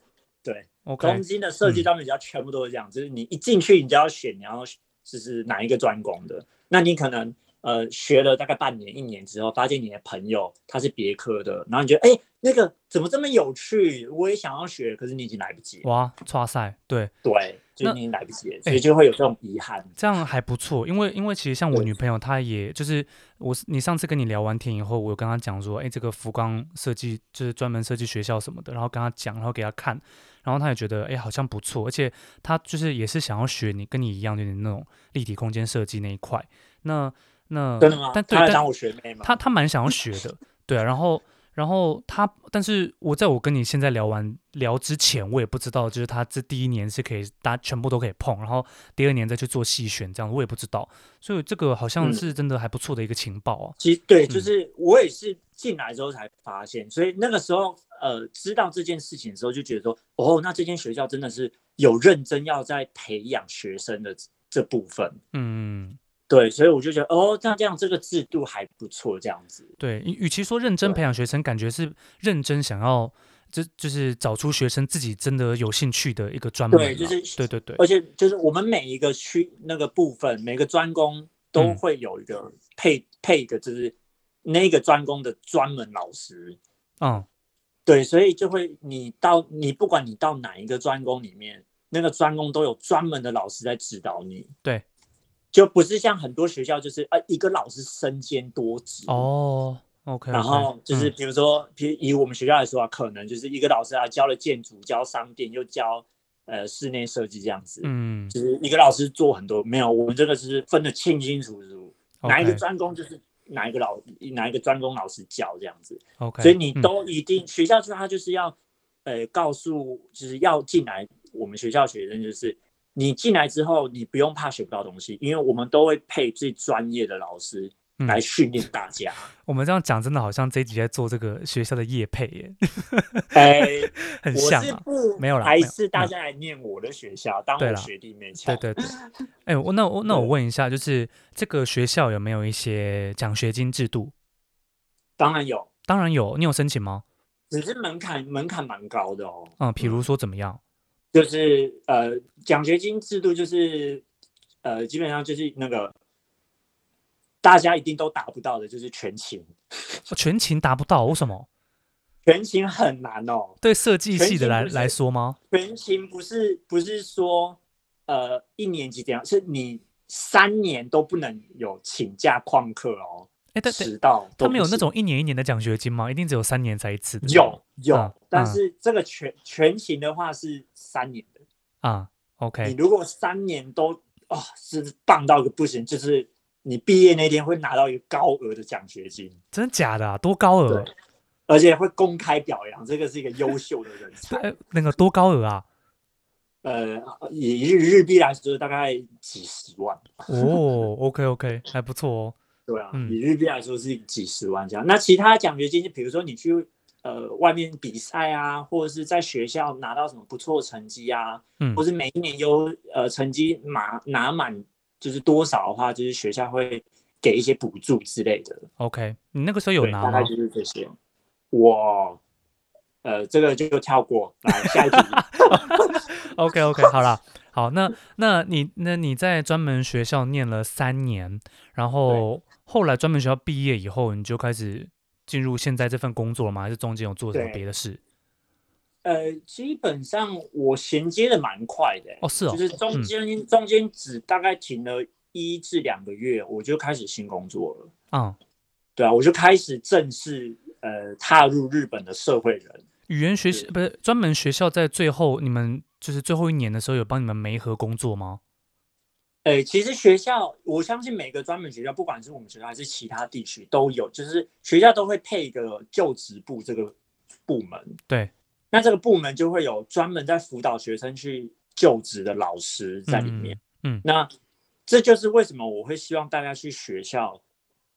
B: 对，
A: ，OK，
B: 东京的
A: 嗯
B: 设计专门学校全部都是这样，就是你一进去，你就要选你要就是哪一个专攻的。那你可能呃学了大概半年、一年之后，发现你的朋友他是别科的，然后你觉得哎、诶那个怎么这么有趣，我也想要学，可是你已经来不及了，
A: 哇，哇塞，对。
B: 对，就
A: 那哎
B: 是你已经来不及了，所以就会有这种遗憾。
A: 这样还不错，因为因为其实像我
B: 对
A: 女朋友，她也就是我是，你上次跟你聊完天以后，我有跟她讲说，哎，这个福冈设计就是专门设计学校什么的，然后跟她讲，然后给她看，然后她也觉得，哎，好像不错，而且她就是也是想要学你跟你一样，就是那种立体空间设计那一块。那那
B: 真的吗？
A: 但对，
B: 他
A: 但
B: 来当我学妹吗？
A: 他他蛮想要学的，对啊，然后然后他，但是我在我跟你现在聊完聊之前，我也不知道，就是他这第一年是可以大家全部都可以碰，然后第二年再去做细选这样，我也不知道，所以这个好像
B: 嗯
A: 是真的还不错的一个情报啊，
B: 其实对，
A: 嗯
B: 就是我也是进来之后才发现，所以那个时候呃知道这件事情的时候，就觉得说，哦，那这间学校真的是有认真要在培养学生的这这部分。
A: 嗯，
B: 对，所以我就觉得，哦，那这样这个制度还不错，这样子。
A: 对，与与其说认真
B: 对
A: 培养学生，感觉是认真想要。这就是找出学生自己真的有兴趣的一个专门啊。
B: 对，就是
A: 对对对
B: 而且就是我们每一个区那个部分，每个专攻都
A: 嗯
B: 会有一个配、配一个，就是那个专攻的专门老师。
A: 嗯，
B: 对，所以就会你到你不管你到哪一个专攻里面，那个专攻都有专门的老师在指导你。
A: 对，
B: 就不是像很多学校就是呃一个老师身兼多职。
A: 哦，OK，嗯
B: 然后就是，比如说，比如以我们学校来说啊，可能就是一个老师啊，教了建筑，教商店，又教呃室内设计这样子，
A: 嗯，
B: 就是一个老师做很多。没有，我们真的是分得清清楚楚，哪一个
A: 嗯 OK，
B: 专攻就是哪一个老哪一个专攻老师教这样子，
A: OK，
B: 所以你
A: 嗯
B: 都一定学校就他就是要呃告诉，就是要进来我们学校学生就是。你进来之后，你不用怕学不到东西，因为我们都会配最专业的老师
A: 嗯
B: 来训练 大家。
A: 我们这样讲，真的好像这一集在做这个学校的业配耶，
B: 哎、
A: 很
B: 我
A: 像
B: 是哦
A: 啊。
B: 不
A: 没有啦
B: 还
A: 没有
B: 是大家来念我的学校，当
A: 对
B: 我
A: 啦
B: 学弟妹
A: 对
B: 抢。
A: 对对，哎，我那我那我
B: 对
A: 问一下，就是这个学校有没有一些奖学金制度？
B: 当然有，
A: 当然有，你有申请吗？
B: 只是门槛门槛蛮高的哦。
A: 嗯，比如说怎么样？
B: 就是呃，奖学金制度就是呃，基本上就是那个大家一定都达不到的，就是全勤，嗯
A: 哦全勤达不到，为什么？
B: 全勤很难哦。
A: 对设计
B: 全
A: 系的
B: 勤
A: 来
B: 不是
A: 来说吗？
B: 全勤不是不是说呃一年级怎样，是你三年都不能有请假旷课哦，
A: 哎，但但
B: 迟到
A: 他
B: 都不
A: 们有那
B: 行
A: 种一年一年的奖学金吗？一定只有三年才一次的吗？
B: 有有，
A: 嗯
B: 但
A: 嗯
B: 是这个全全勤的话是三年的，
A: 啊
B: 你
A: ，OK，
B: 如果三年都哦是棒到一个不行，就是你毕业那天会拿到一个高额的奖学金，
A: 真的假的啊？多高额
B: 对？而且会公开表扬，这个是一个优秀的人
A: 对，
B: 才。
A: 哎那个多高额啊？
B: 呃，以日日币来说，大概几十万，
A: 哦，OK OK，还不错哦。
B: 对啊，
A: 嗯
B: 以日币来说是几十万这样。那其他奖学金，就比如说你去呃外面比赛啊，或者是在学校拿到什么不错的成绩啊，
A: 嗯
B: 或是每一年优呃成绩拿拿满就是多少的话，就是学校会给一些补助之类的。
A: ，OK，你那个时候有
B: 对，
A: 拿
B: 大
A: 吗
B: 概？就是这些。我呃，这个就跳过，来下 一题。
A: OK OK，好啦，好，那那你那你在专门学校念了三年，然后后来专门学校毕业以后，你就开始进入现在这份工作了吗？还是中间有做什么
B: 对
A: 别的事？
B: 呃，基本上我衔接的蛮快的、欸
A: 哦，是哦
B: 就，是中间、中间只大概停了一至两个月，我就开始新工作了。
A: 嗯，
B: 对啊，我就开始正式呃踏入日本的社会人。
A: 语言学习不是专门学校在最后你们就是最后一年的时候有帮你们媒合工作吗？
B: 呃，其实学校，我相信每个专门学校，不管是我们学校还是其他地区都有，就是学校都会配一个就职部这个部门。
A: 对，
B: 那这个部门就会有专门在辅导学生去就职的老师在里面。
A: 嗯嗯嗯
B: 那这就是为什么我会希望大家去学校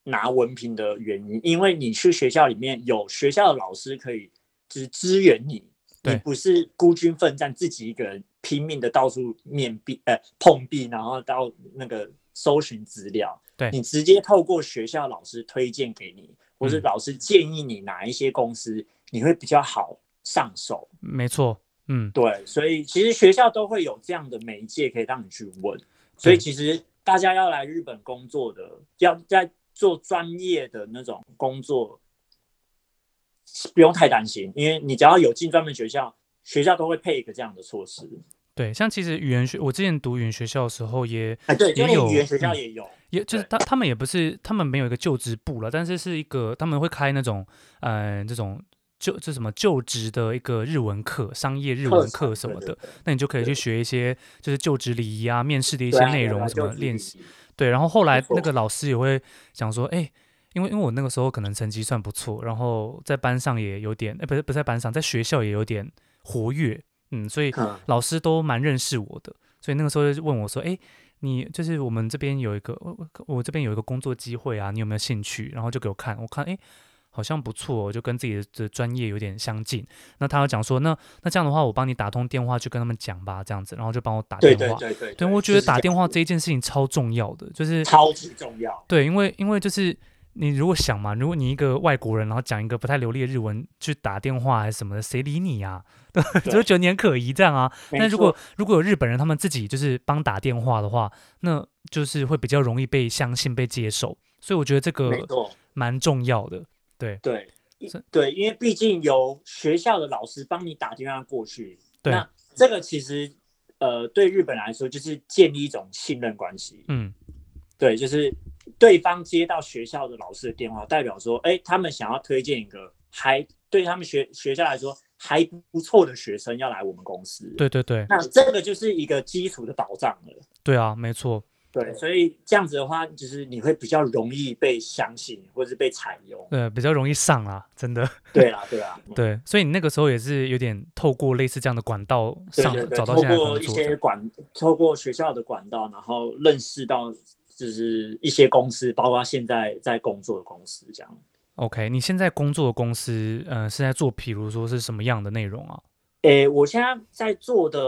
B: 拿文凭的原因，因为你去学校里面有学校的老师可以就是支援你，
A: 对
B: 你不是孤军奋战自己一个人拼命的到处面壁呃碰壁，然后到那个搜寻资料，
A: 对
B: 你直接透过学校老师推荐给你，或是
A: 嗯
B: 老师建议你哪一些公司你会比较好上手。
A: 没错，嗯，
B: 对，所以其实学校都会有这样的媒介可以让你去问，所以
A: 对
B: 其实大家要来日本工作的，要在做专业的那种工作，不用太担心，因为你只要有进专门学校，学校都会配一个这样的措施。
A: 对，像其实语言学，我之前读语言学校的时候也
B: 哎，对，
A: 啊也
B: 因为
A: 有
B: 语言学校
A: 嗯
B: 也有，
A: 也就是他他们也不是他们没有一个就职部了，但是是一个他们会开那种嗯、呃这种就这什么就职的一个日文课、商业日文
B: 程
A: 课什么的，，
B: 对
A: 那你就可以去学一些就是就职礼仪啊、面试的一
B: 对
A: 些
B: 对啊
A: 内
B: 对啊
A: 容什
B: 就
A: 么
B: 是
A: 练
B: 礼
A: 习。
B: 仪
A: 对，然后后来
B: 错
A: 那个老师也会想说，哎。因为因为我那个时候可能成绩算不错，然后在班上也有点，哎，不是不是在班上，在学校也有点活跃，嗯，所以
B: 嗯
A: 老师都蛮认识我的，所以那个时候就问我说：“哎，你就是我们这边有一个，我我我这边有一个工作机会啊，你有没有兴趣？”然后就给我看，我看哎，诶好像不错、哦，就跟自己的的专业有点相近。那他要讲说：“那那这样的话，我帮你打通电话去跟他们讲吧，这样子。”然后就帮我打电
B: 对
A: 话。
B: 对对对，
A: 对我觉得
B: 就是
A: 打
B: 这
A: 电
B: 样
A: 话
B: 子
A: 这一件事情超重要的，就是
B: 超级重要，
A: 对，因为因为就是你如果想嘛，如果你一个外国人，然后讲一个不太流利的日文去打电话还是什么的，谁理你呀、啊？ 就会觉得你很可疑这样啊。
B: 没
A: 但如果
B: 错
A: 如果有日本人他们自己就是帮打电话的话，那就是会比较容易被相信、被接受。所以我觉得这
B: 没
A: 个
B: 错，
A: 蛮重要的。对
B: 对
A: 是
B: 对，因为毕竟由学校的老师帮你打电话过去，
A: 对，
B: 那这个其实呃对日本来说就是建立一种信任关系。
A: 嗯，
B: 对，就是对方接到学校的老师的电话，代表说，哎，他们想要推荐一个还对他们学学校来说还不错的学生要来我们公司。，
A: 对对对
B: 那这个就是一个基础的保障了。
A: 对啊，没错。
B: 对，所以这样子的话，就是你会比较容易被相信或者是被采用。
A: 呃，比较容易上啦，真的。
B: 对啦，对啊啦，
A: 对，所以你那个时候也是有点透过类似这样的管道
B: 对
A: 上
B: 对对，
A: 找到
B: 透
A: 现在的
B: 过
A: 工
B: 一
A: 作这
B: 些
A: 样。
B: 管，透过学校的管道，然后认识到就是一些公司，包括现在在工作的公司这样。
A: OK，你现在工作的公司，呃，是在做，比如说是什么样的内容啊？
B: 诶，我现在在做的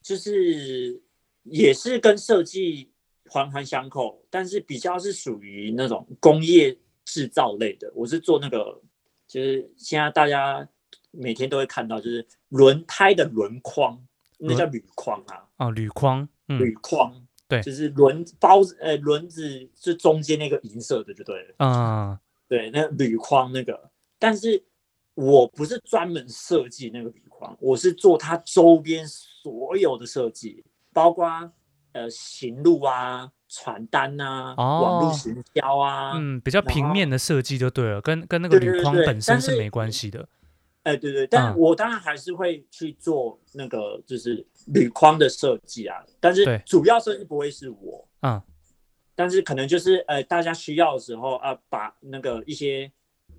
B: 就是也是跟设计环环相扣，但是比较是属于那种工业制造类的。我是做那个，就是现在大家每天都会看到，就是轮胎的轮框，那
A: 轮
B: 叫铝框啊，
A: 啊，铝框，嗯
B: 铝框。
A: 对
B: 就是轮包呃轮子就中间那个银色的就对了，
A: 啊、
B: 对，那铝框那个，但是我不是专门设计那个铝框，我是做它周边所有的设计，包括呃行路啊、传单啊、网
A: 哦
B: 络行销啊，
A: 嗯，比较
B: 然
A: 平
B: 后
A: 面的设计就对了，跟跟那个
B: 对
A: 铝
B: 对对
A: 框
B: 对
A: 本身
B: 但
A: 是
B: 是
A: 没关系的。
B: 哎、对对，但
A: 嗯
B: 我当然还是会去做那个就是铝框的设计啊，但
A: 对
B: 是主要设计不会是我，
A: 嗯，
B: 但是可能就是呃，大家需要的时候啊，把那个一些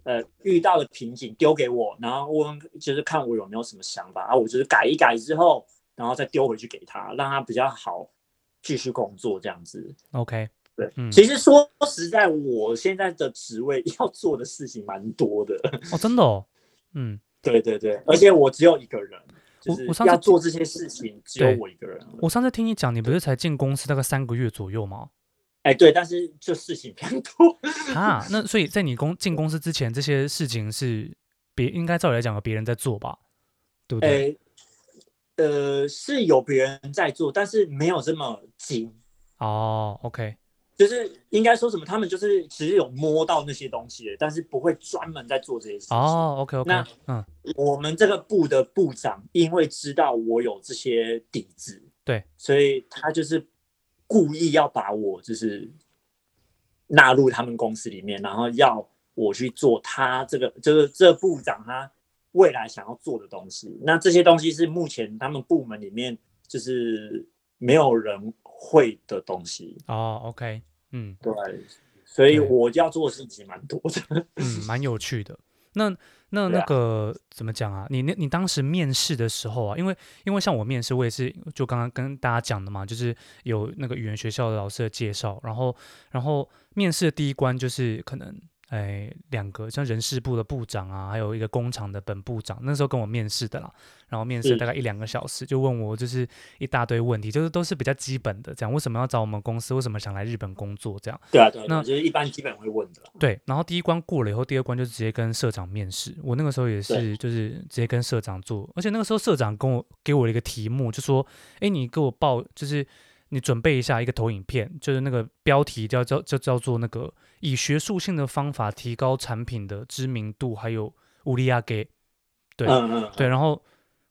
B: 呃遇到的瓶颈丢给我，然后问就是看我有没有什么想法啊，我就是改一改之后，然后再丢回去给他，让他比较好继续工作这样子。
A: OK，
B: 对，
A: 嗯
B: 其实说实在，我现在的职位 要做的事情蛮多的，
A: 哦，真的哦，嗯，
B: 对对对，而且我只有一个人，就
A: 我
B: 是
A: 我上次
B: 要做这些事情只
A: 对
B: 有我一个人。
A: 我上次听你讲，你不是才进公司大概三个月左右吗？
B: 哎，对，但是就事情比较多。
A: 啊，那所以在你公进公司之前，这些事情是别应该照理来讲有别人在做吧，对不对？
B: 诶，哎呃，是有别人在做，但是没有这么精，
A: 哦，OK，
B: 就是应该说什么，他们就是其实有摸到那些东西的，但是不会专门在做这些事情。
A: 哦，OK OK，
B: 那
A: 嗯，
B: 我们这个部的部长因为知道我有这些底子，
A: 对，
B: 所以他就是故意要把我就是纳入他们公司里面，然后要我去做他这个这个这部长他未来想要做的东西。那这些东西是目前他们部门里面就是没有人会的东西，
A: 哦，OK，嗯
B: 对，所以
A: 对
B: 我要做的事情蛮多的。
A: 嗯，蛮有趣的。那那
B: 对
A: 那
B: 啊
A: 个、怎么讲啊？你那你当时面试的时候啊，因为因为像我面试，我也是就刚刚跟大家讲的嘛，就是有那个语言学校的老师的介绍，然后然后面试的第一关就是可能哎两个像人事部的部长啊，还有一个工厂的本部长，那时候跟我面试的啦，然后面试
B: 嗯
A: 大概一两个小时，就问我就是一大堆问题，就是都是比较基本的，讲为什么要找我们公司，为什么想来日本工作这样。
B: 对啊，对啊，对
A: 那
B: 啊就是一般基本会问的啦。
A: 对，然后第一关过了以后，第二关就直接跟社长面试。我那个时候也是，就是直接跟社长做，而且那个时候社长跟我给我了一个题目，就说：“哎，你给我报，就是你准备一下一个投影片，就是那个标题叫叫就叫做那个以学术性的方法提高产品的知名度，还有乌利亚给。”对
B: 嗯嗯，
A: 对，然后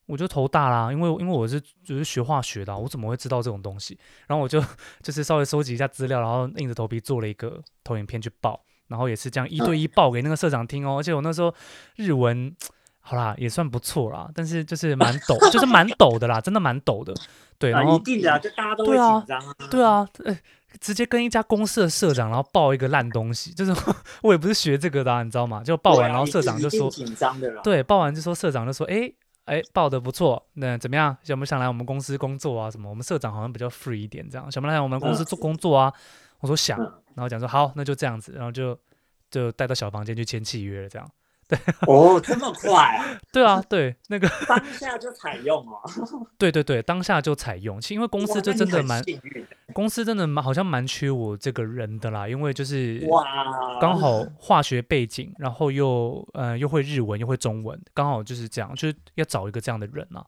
A: 我就头大啦，因为因为我是就是学化学的啊、我怎么会知道这种东西？然后我就 就是稍微收集一下资料，然后硬着头皮做了一个投影片去报，然后也是这样一
B: 嗯
A: 对一报给那个社长听哦。而且我那时候日文好啦也算不错啦，但是就是蛮抖，就是蛮抖的啦，真的蛮抖的。对，然
B: 啊，一
A: 后
B: 定的啊，就大家都会
A: 对啊
B: 紧张啊。
A: 对啊，呃，直接跟一家公司的社长，然后报一个烂东西，就是 我也不是学这个的、啊，你知道吗？就报
B: 对
A: 完，
B: 啊
A: 然后
B: 一
A: 社
B: 定
A: 长
B: 一
A: 就
B: 定
A: 说，
B: 紧张的啦。
A: 对，报完就说社长就说，哎哎，报的不错，那怎么样？想不想来我们公司工作啊？什么？我们社长好像比较 free 一点，这样想不想来我们公司
B: 嗯
A: 做工作啊？我说想，
B: 嗯
A: 然后讲说好，那就这样子，然后就就带到小房间去签契约了，这样。
B: 哦，这么快啊，
A: 对 啊，对，那个，
B: 当下就采用哦。
A: 对对对，当下就采用，其实因为公司
B: 哇
A: 就
B: 那
A: 真
B: 你
A: 的
B: 很
A: 蛮
B: 幸运的
A: 公司真的蛮好像蛮缺我这个人的啦，因为就是
B: 哇，
A: 刚好化学背景，然后又呃又会日文又会中文，刚好就是这样，就是要找一个这样的人啊。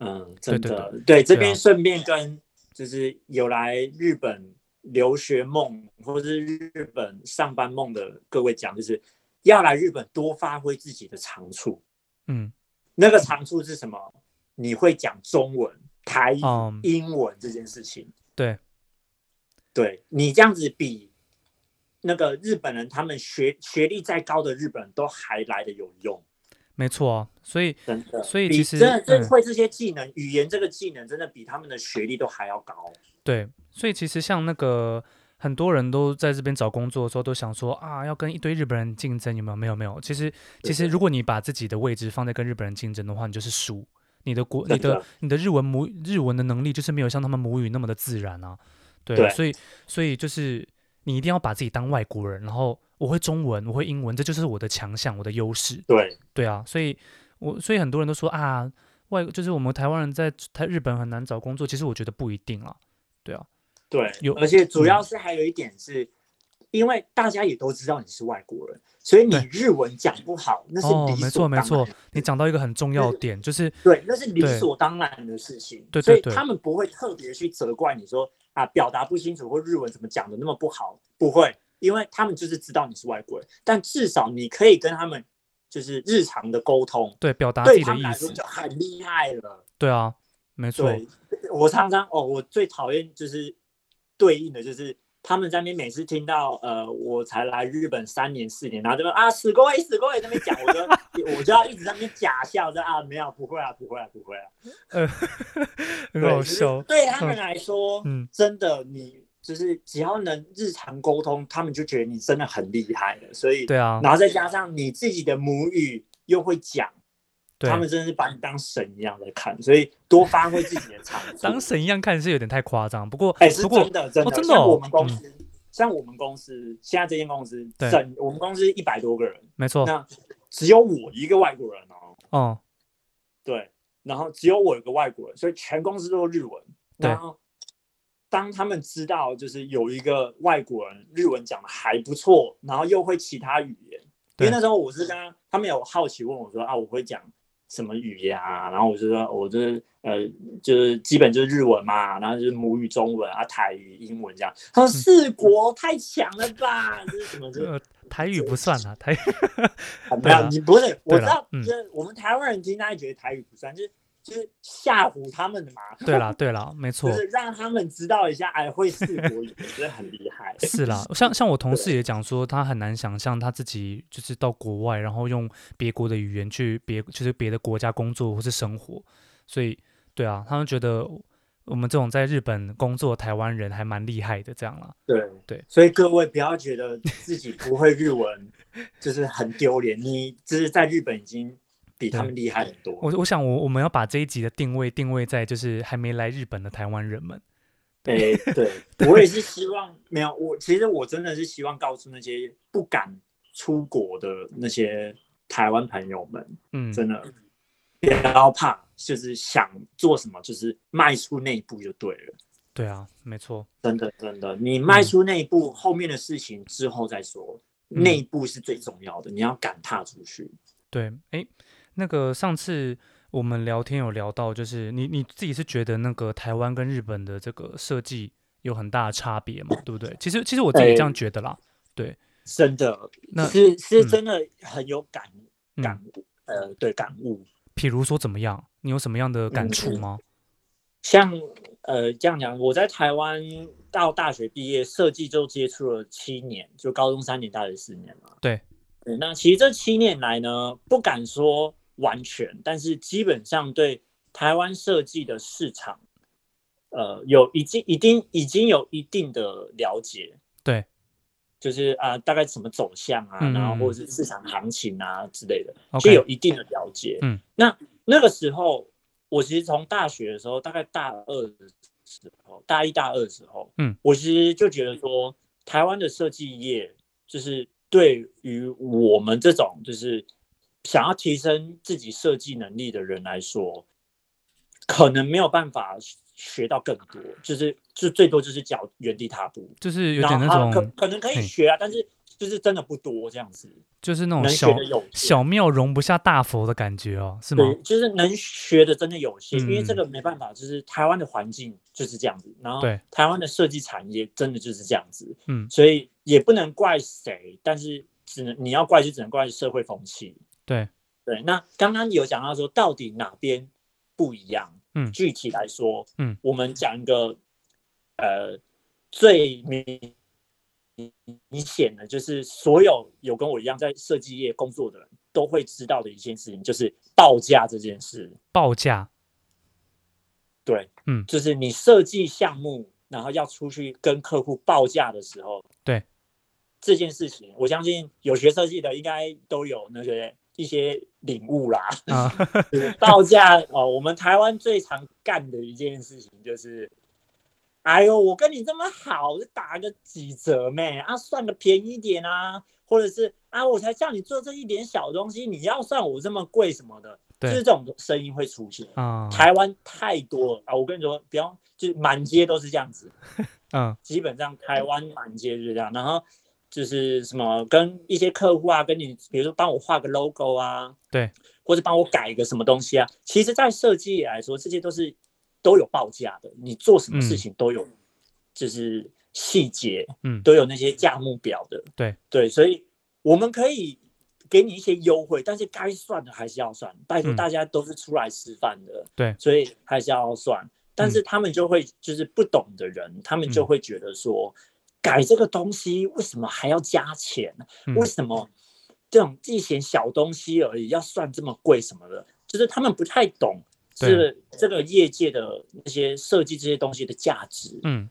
B: 嗯，真
A: 对
B: 的，对
A: 对
B: 这
A: 啊
B: 边顺便跟就是有来日本留学梦或者是日本上班梦的各位讲，就是要来日本多发挥自己的长处。
A: 嗯
B: 那个长处是什么？你会讲中文、台语、
A: 嗯，
B: 英文这件事情。
A: 对，
B: 对你这样子比那个日本人，他们学学历再高的日本人都还来的有用，
A: 没错啊。所以
B: 真的。
A: 所以
B: 比
A: 其实
B: 真的真
A: 嗯
B: 的会这些技能，语言这个技能真的比他们的学历都还要高。
A: 对，所以其实像那个很多人都在这边找工作的时候，都想说啊，要跟一堆日本人竞争，有没有？没有，没有。其实其
B: 对
A: 实
B: 对
A: 如果你把自己的位置放在跟日本人竞争的话，你就是输。你的国，你
B: 真
A: 的
B: 的
A: 你的日文母日文的能力就是没有像他们母语那么的自然啊。对，
B: 对
A: 所以所以就是你一定要把自己当外国人，然后我会中文，我会英文，这就是我的强项，我的优势。
B: 对，
A: 对啊，所以我所以很多人都说啊，外就是我们台湾人在台日本很难找工作，其实我觉得不一定啊。对啊，
B: 对
A: 有，
B: 而且主要是还有一点是，因为大家也都知道你是外国人，所以你日文讲不好，那是
A: 哦，
B: 理
A: 没
B: 所
A: 错
B: 当
A: 没
B: 然。
A: 错，你讲到一个很重要的点，就是
B: 对，那是理
A: 对
B: 所当然的事情。
A: 对对
B: 所以
A: 对
B: 他们不会特别去责怪你说啊，表达不清楚或日文怎么讲的那么不好，不会，因为他们就是知道你是外国人，但至少你可以跟他们就是日常的沟通，
A: 对表达啊自
B: 对
A: 己
B: 他
A: 的
B: 们
A: 意
B: 来说
A: 思，
B: 就很厉害了。
A: 对啊，没错，
B: 对，我常常哦，我最讨厌就是对应的就是。他们在那边每次听到呃，我才来日本三年四年，然后这边啊死过也死过也那边讲，我就我就 要一直在那边假笑，说啊没有不会啊不会啊不会啊，
A: 很
B: 对
A: 好
B: 就是
A: 笑，
B: 对他们来说，
A: 嗯，
B: 真的你就是只要能日常沟通，他们就觉得你真的很厉害了。所以，
A: 对啊，
B: 然后再加上你自己的母语又会讲，
A: 对
B: 他，们真的是把你当神一样在看。所以多发挥自己的长处。
A: 当神一样看是有点太夸张，不过
B: 哎、是
A: 不过
B: 真的真的，
A: 真的
B: 像
A: 哦
B: 我们公司，像我们公司现在这间公司，
A: 对
B: 整我们公司一百多个人，
A: 没错，
B: 那只有我一个外国人哦。
A: 哦，
B: 对，然后只有我有个外国人，所以全公司都是日文。
A: 对
B: 然后当他们知道就是有一个外国人日文讲的还不错，然后又会其他语言，因
A: 对
B: 为那时候我是跟他他们有好奇问我说啊，我会讲什么语言啊？然后我就说我就是呃就是基本就是日文嘛，然后就是母语中文啊，台语、英文这样。他
A: 嗯
B: 说四国太强了吧，这是什么？这
A: 呃，台语不算啊，台语
B: 没有，你不是，我知
A: 啦
B: 道，
A: 嗯
B: 就是我们台湾人听大家觉得台语不算，就是就是吓唬他们的嘛，
A: 对啦对啦，没错
B: 就，是让他们知道一下，哎，会四国语言真的很厉害。
A: 是啦，像像我同事也讲说，他很难想象他自己就是到国外，然后用别国的语言去别就是别的国家工作或是生活，所以对啊，他们觉得我们这种在日本工作的台湾人还蛮厉害的，这样啦。
B: 对
A: 对，
B: 所以各位不要觉得自己不会日文就是很丢脸，你就是在日本已经比他们厉害很多。
A: 我我想我我们要把这一集的定位定位在就是还没来日本的台湾人们，
B: 对 对，我也是希望没有我，其实我真的是希望告诉那些不敢出国的那些台湾朋友们，
A: 嗯，
B: 真的不要怕，就是想做什么，就是迈出那一步就对了。
A: 对啊，没错，
B: 真的，真的，你迈出那一步，后面的事情之后再说。
A: 嗯
B: 那一步是最重要的，你要敢踏出去。
A: 对，诶，那个上次我们聊天有聊到，就是你你自己是觉得那个台湾跟日本的这个设计有很大的差别嘛，对不对？其实其实我自己也这样觉得啦，
B: 真的
A: 那，
B: 是是
A: 嗯
B: 真的很有感感
A: 嗯，
B: 悟，呃，对，感悟。
A: 比如说怎么样，你有什么样的感
B: 嗯
A: 触
B: 嗯
A: 吗？
B: 像呃这样讲，我在台湾到大学毕业，设计就接触了七年，就高中三年，大学四年嘛。
A: 对
B: 对，那其实这七年来呢，不敢说完全，但是基本上对台湾设计的市场，呃，有已经一定已经有一定的了解。
A: 对，
B: 就是啊、大概怎么走向啊，
A: 嗯
B: 然后或者是市场行情啊之类的，
A: OK
B: 就有一定的了解。
A: 嗯，
B: 那那个时候，我其实从大学的时候，大概大二的时候，大一大二的时候，
A: 嗯，
B: 我其实就觉得说，台湾的设计业就是对于我们这种就是想要提升自己设计能力的人来说，可能没有办法学到更多，就是就最多就是脚原地踏步，
A: 就是有
B: 然
A: 点
B: 后
A: 那
B: 啊可
A: 种，
B: 可能可以
A: 嘿
B: 学啊，但是就是真的不多这样子，
A: 就是那种
B: 能学
A: 哦小
B: 的有限。
A: 小庙容不下大佛的感觉哦，是吗？
B: 对，就是能学的真的有限，因为这
A: 嗯
B: 个没办法，就是台湾的环境就是这样子，然后
A: 对
B: 台湾的设计产业真的就是这样子，
A: 嗯，
B: 所以也不能怪谁，但是只能你要怪就只能怪社会风气。
A: 对，
B: 对，那刚刚有讲到说到底哪边不一样，
A: 嗯
B: 具体来说，
A: 嗯，
B: 我们讲一个呃最明明显的，就是所有有跟我一样在设计业工作的人都会知道的一件事情，就是报价这件事。
A: 报价，
B: 对，
A: 嗯
B: 就是你设计项目，然后要出去跟客户报价的时候，
A: 对
B: 这件事情，我相信有学设计的应该都有那个一些领悟啦。
A: 啊，
B: 就是 报价哦，我们台湾最常干的一件事情就是，哎呦，我跟你这么好，就打个几折咩？啊，算个便宜一点啊，或者是啊，我才叫你做这一点小东西，你要算我这么贵什么的，就
A: 对
B: 是这种声音会出现。
A: 啊，
B: 台湾太多了啊！我跟你说，不要，就是满街都是这样子，
A: 嗯，
B: 基本上台湾满街就是这样。然后就是什么跟一些客户啊，跟你比如说帮我画个 logo 啊，
A: 对，
B: 或者帮我改一个什么东西啊。其实，在设计来说，这些都是都有报价的，你做什么事情都有，就是细节，
A: 嗯
B: 都有那些价目表的。
A: 对
B: 对，所以我们可以。给你一些优惠，但是该算的还是要算。拜托，
A: 嗯
B: 大家都是出来吃饭的，
A: 对
B: 所以还是要算。但是他们就会就是不懂的人，他们就
A: 嗯
B: 会觉得说，改这个东西为什么还要加钱？
A: 嗯
B: 为什么这种一些小东西而已要算这么贵什么的？就是他们不太懂
A: 对
B: 这这个业界的那些设计这些东西的价值，
A: 嗯，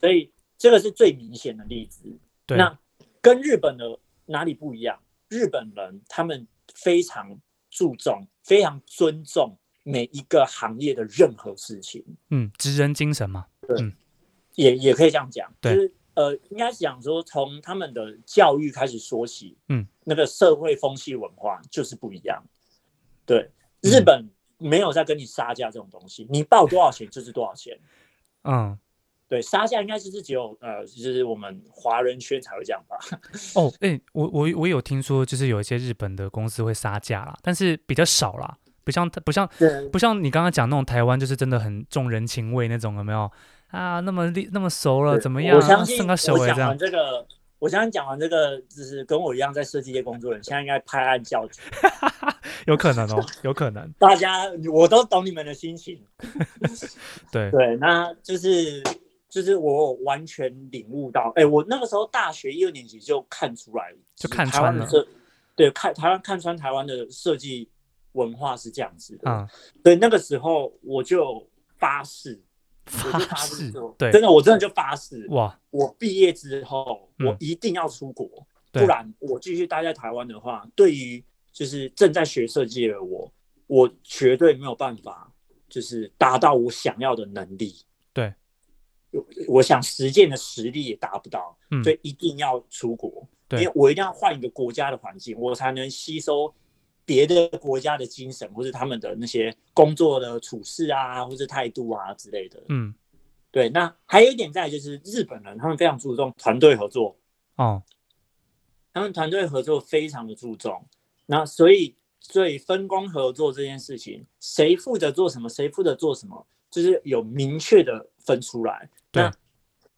B: 所以这个是最明显的例子。
A: 对，
B: 那跟日本的哪里不一样？日本人他们非常注重、非常尊重每一个行业的任何事情，
A: 嗯，职人精神嘛，
B: 也也可以这样讲，
A: 对
B: 就是呃，应该讲说从他们的教育开始说起，
A: 嗯，
B: 那个社会风气文化就是不一样。对，
A: 嗯
B: 日本没有在跟你杀价这种东西，你报多少钱就是多少钱。
A: 嗯，
B: 对，杀价应该就是只有呃，就是我们华人圈才会这样吧。
A: 哦，哎、我我我有听说，就是有一些日本的公司会杀价啦，但是比较少啦，不像不像
B: 对，
A: 不像你刚刚讲那种台湾，就是真的很重人情味那种，有没有啊？那么厉那么熟了，怎么样、
B: 我
A: 啊？
B: 相信
A: 上个手
B: 我
A: 哎，
B: 讲
A: 这样
B: 完这个，我相信讲完这个，就是跟我一样在设计界工作的人，现在应该拍案叫绝。
A: 有可能哦，有可能，
B: 大家，我都懂你们的心情。
A: 对，
B: 对，那就是就是我完全领悟到，哎、我那个时候大学一二年级就看出来，
A: 就是看
B: 台湾
A: 穿
B: 的
A: 了
B: 设，对，看台湾看穿台湾的设计文化是这样子的。
A: 嗯，
B: 对，那个时候我就发誓，我就
A: 发誓
B: 说，
A: 对，哦
B: 真的，我真的就发誓，
A: 哇，
B: 我毕业之后
A: 嗯
B: 我一定要出国，
A: 对
B: 不然我继续待在台湾的话，对于就是正在学设计的我，我绝对没有办法就是达到我想要的能力。
A: 对
B: 我，我想实践的实力也达不到，
A: 嗯
B: 所以一定要出国，
A: 对
B: 因为我一定要换一个国家的环境，我才能吸收别的国家的精神，或是他们的那些工作的处事啊，或是态度啊之类的。
A: 嗯，
B: 对，那还有一点在就是日本人他们非常注重团队合作，
A: 哦，
B: 他们团队合作非常的注重。那所以，所以分工合作这件事情，谁负责做什么，谁负责做什么，就是有明确的分出来。
A: 对
B: 那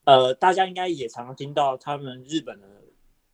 B: 呃，大家应该也常常听到他们日本的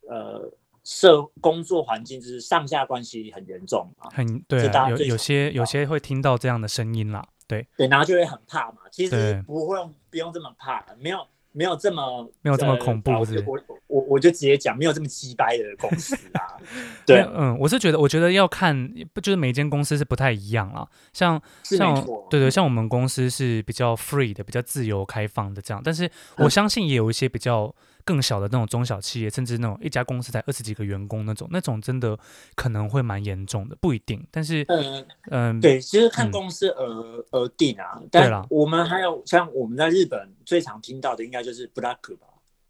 B: 呃社工作环境就是上下关系很严重啊，
A: 很对
B: 这
A: 啊、
B: 大家
A: 有
B: 最
A: 有
B: 常
A: 些
B: 听
A: 有
B: 到
A: 些会听到这样的声音啦，对，
B: 对，然后就会很怕嘛。其
A: 对
B: 实不会不用这么怕，没有没有这么
A: 没有这么
B: 呃
A: 恐怖
B: 啊我
A: 是不
B: 我我我就直接讲，没有这么鸡掰的公司 啦。
A: 没
B: 对
A: 有，嗯，我是觉得，我觉得要看，不就是每间公司是不太一样啦。像
B: 是
A: 像
B: 没
A: 我
B: 错嗯
A: 对对，像我们公司是比较 free 的，比较自由开放的这样。但是我
B: 嗯
A: 相信也有一些比较更小的那种中小企业，甚至那种一家公司才二十几个员工那种，那种真的可能会蛮严重的，不一定。但是
B: 嗯，
A: 嗯，
B: 对，其实看
A: 嗯
B: 公司而、而定啊。
A: 对
B: 但
A: 啦
B: 我们还有像我们在日本最常听到的，应该就是 black 吧？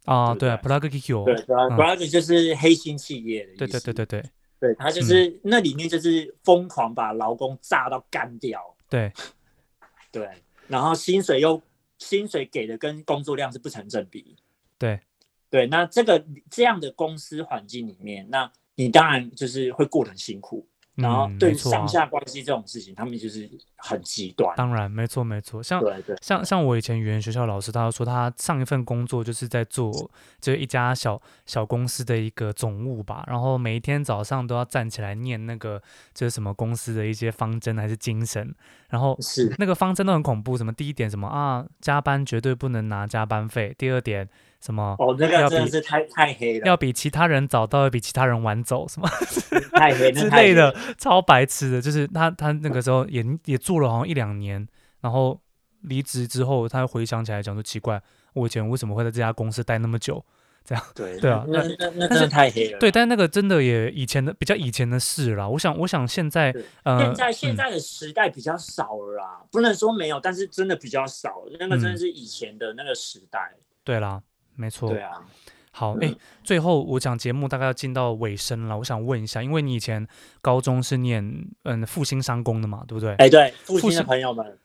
A: 啊，
B: 对
A: 对啊
B: 对
A: ，plug k i o
B: 对，black 啊就是黑心企业的意思。
A: 嗯对对对对嗯对
B: 对，它就是、那里面就是疯狂把劳工榨到干掉，
A: 对，
B: 对，然后薪水又薪水给的跟工作量是不成正比。
A: 对
B: 对，那这个这样的公司环境里面，那你当然就是会过得很辛苦。然后
A: 嗯
B: 对于
A: 没错
B: 上
A: 啊
B: 下关系这种事情，他们就是很极端。
A: 当然，没错没错，像
B: 对对，
A: 像像我以前语言学校老师，他说他上一份工作就是在做就是一家小小公司的一个总务吧，然后每一天早上都要站起来念那个就是什么公司的一些方针还是精神，然后
B: 是
A: 那个方针都很恐怖，什么第一点什么啊加班绝对不能拿加班费，第二点什么
B: 哦，那
A: 要
B: 个真的
A: 比
B: 是太太黑了，
A: 要比其他人早到，要比其他人晚走什么。
B: 太黑那
A: 之
B: 太黑
A: 类的
B: 了，
A: 超白痴的。就是他他那个时候也也做了好像一两年，然后离职之后，他回想起来讲说奇怪，我以前为什么会在这家公司待那么久？
B: 对
A: 对啊
B: 那那
A: 但
B: 那真
A: 是
B: 的太黑了。
A: 对，但那个真的也以前的比较以前的事啦。我想我想现在
B: 对
A: 呃
B: 现在现
A: 嗯
B: 在的时代比较少了啦，不能说没有，但是真的比较少。那个真
A: 嗯哦
B: 的是以前的那个时代。
A: 对啦，没错，
B: 对啊，
A: 好，哎、最后我讲节目大概要进到尾声了，我想问一下，因为你以前高中是念嗯复兴商工的嘛，对不对？
B: 哎，对，父
A: 复
B: 亲的
A: 兴
B: 朋友们，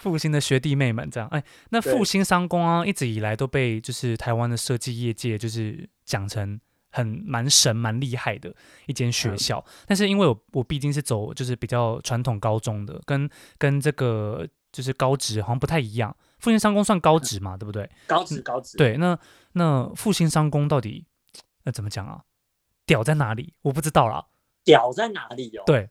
A: 复兴的学弟妹们这样，哎，那
B: 对
A: 复兴商工啊，一直以来都被就是台湾的设计业界就是讲成很蛮神蛮厉害的一间学
B: 嗯
A: 校，但是因为我我毕竟是走就是比较传统高中的，跟跟这个就是高职好像不太一样，复兴商工算高职嘛，对不对？
B: 高职高职，
A: 嗯对，那那复兴商工到底那怎么讲啊？屌在哪里？我不知道啦。
B: 屌在哪里哦？
A: 对，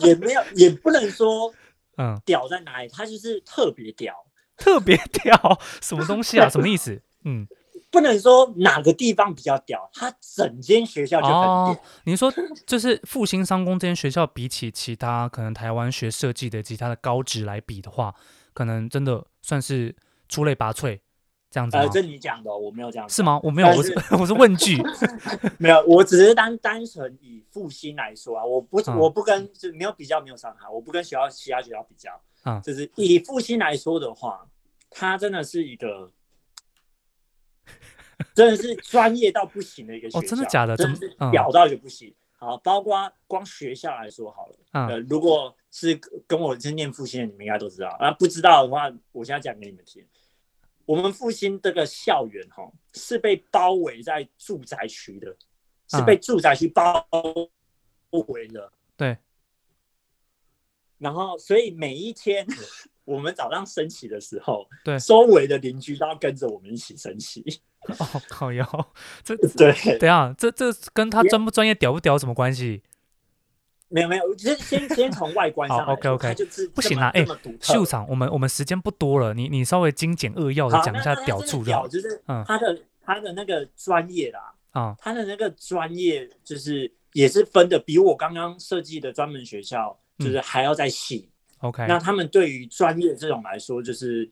B: 也没有，也不能说
A: 嗯，
B: 屌在哪里，他就是特别屌，
A: 特别屌，什么东西啊？什么意思？嗯，
B: 不能说哪个地方比较屌，他整间学校就很屌。
A: 哦，你说就是复兴商工这间学校，比起其他可能台湾学设计的其他的高职来比的话，可能真的算是出类拔萃这样子吗？
B: 呃，这你讲的哦，我没有这样，
A: 是？吗？我没有，
B: 但
A: 我是 我是问 句。
B: 没有，我只是单单纯以复兴来说啊，我不、
A: 嗯
B: 我不跟就没有比较，没有伤害，我不跟学校其他学校比较，
A: 嗯
B: 就是以复兴来说的话，它真的是一 个。真的是专业到不行的一个学校，
A: 哦真的假的
B: 真
A: 怎
B: 是
A: 么嗯
B: 屌到一个不行。好，包括光学校来说好了，呃
A: 嗯，，
B: 如果是跟我是念复兴的，你们应该都知道。啊，不知道的话，我现在讲给你们听。我们复兴这个校园哈，是被包围在住宅区的，
A: 啊
B: 是被住宅区包围的。
A: 对。
B: 然后，所以每一天我们早上升旗的时候，
A: 对
B: 周围的邻居都要跟着我们一起升旗。
A: 哦，靠腰，这
B: 对，
A: 等一下，这这跟他专不专业、屌不屌有什么关系？
B: 没有没有，就是先先从外观上来
A: 好
B: 说
A: ，OK，OK
B: 它就是
A: 不行啦
B: 啦，
A: 哎
B: 这么独特
A: 秀场，我们我们时间不多了，你你稍微精简扼要的
B: 好，
A: 讲一
B: 那
A: 下
B: 那他
A: 屌
B: 真的
A: 处就好
B: 屌，就是
A: 嗯
B: 他的、他的那个专业啦，
A: 啊。
B: 他的那个专业就是也是分的比我刚刚设计的专门学校
A: 嗯
B: 就是还要再细。
A: OK，
B: 那他们对于专业这种来说，就是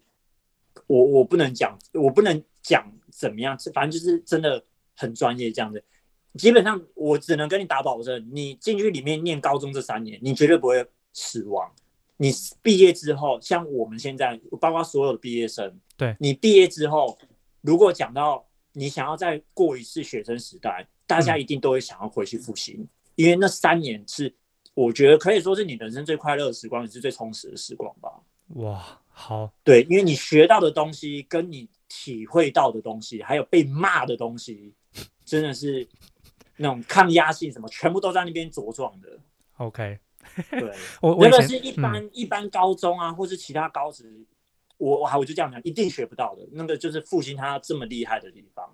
B: 我我不能讲，我不能讲怎么样，反正就是真的很专业这样子。基本上我只能跟你打保证，你进去里面念高中这三年，你绝对不会失望。你毕业之后，像我们现在，包括所有的毕业生，
A: 对
B: 你毕业之后，如果讲到你想要再过一次学生时代，大家
A: 嗯
B: 一定都会想要回去复习，因为那三年是我觉得可以说是你人生最快乐的时光，也是最充实的时光吧。
A: 哇，好，
B: 对，因为你学到的东西，跟你体会到的东西，还有被骂的东西，真的是那种抗压性什么，全部都在那边茁壮的。
A: OK，
B: 对，
A: 我 我
B: 那
A: 以
B: 个
A: 前
B: 是一
A: 嗯
B: 般、一般高中啊，或是其他高职，我我还我就这样讲，一定学不到的。那个就是复兴他这么厉害的地方。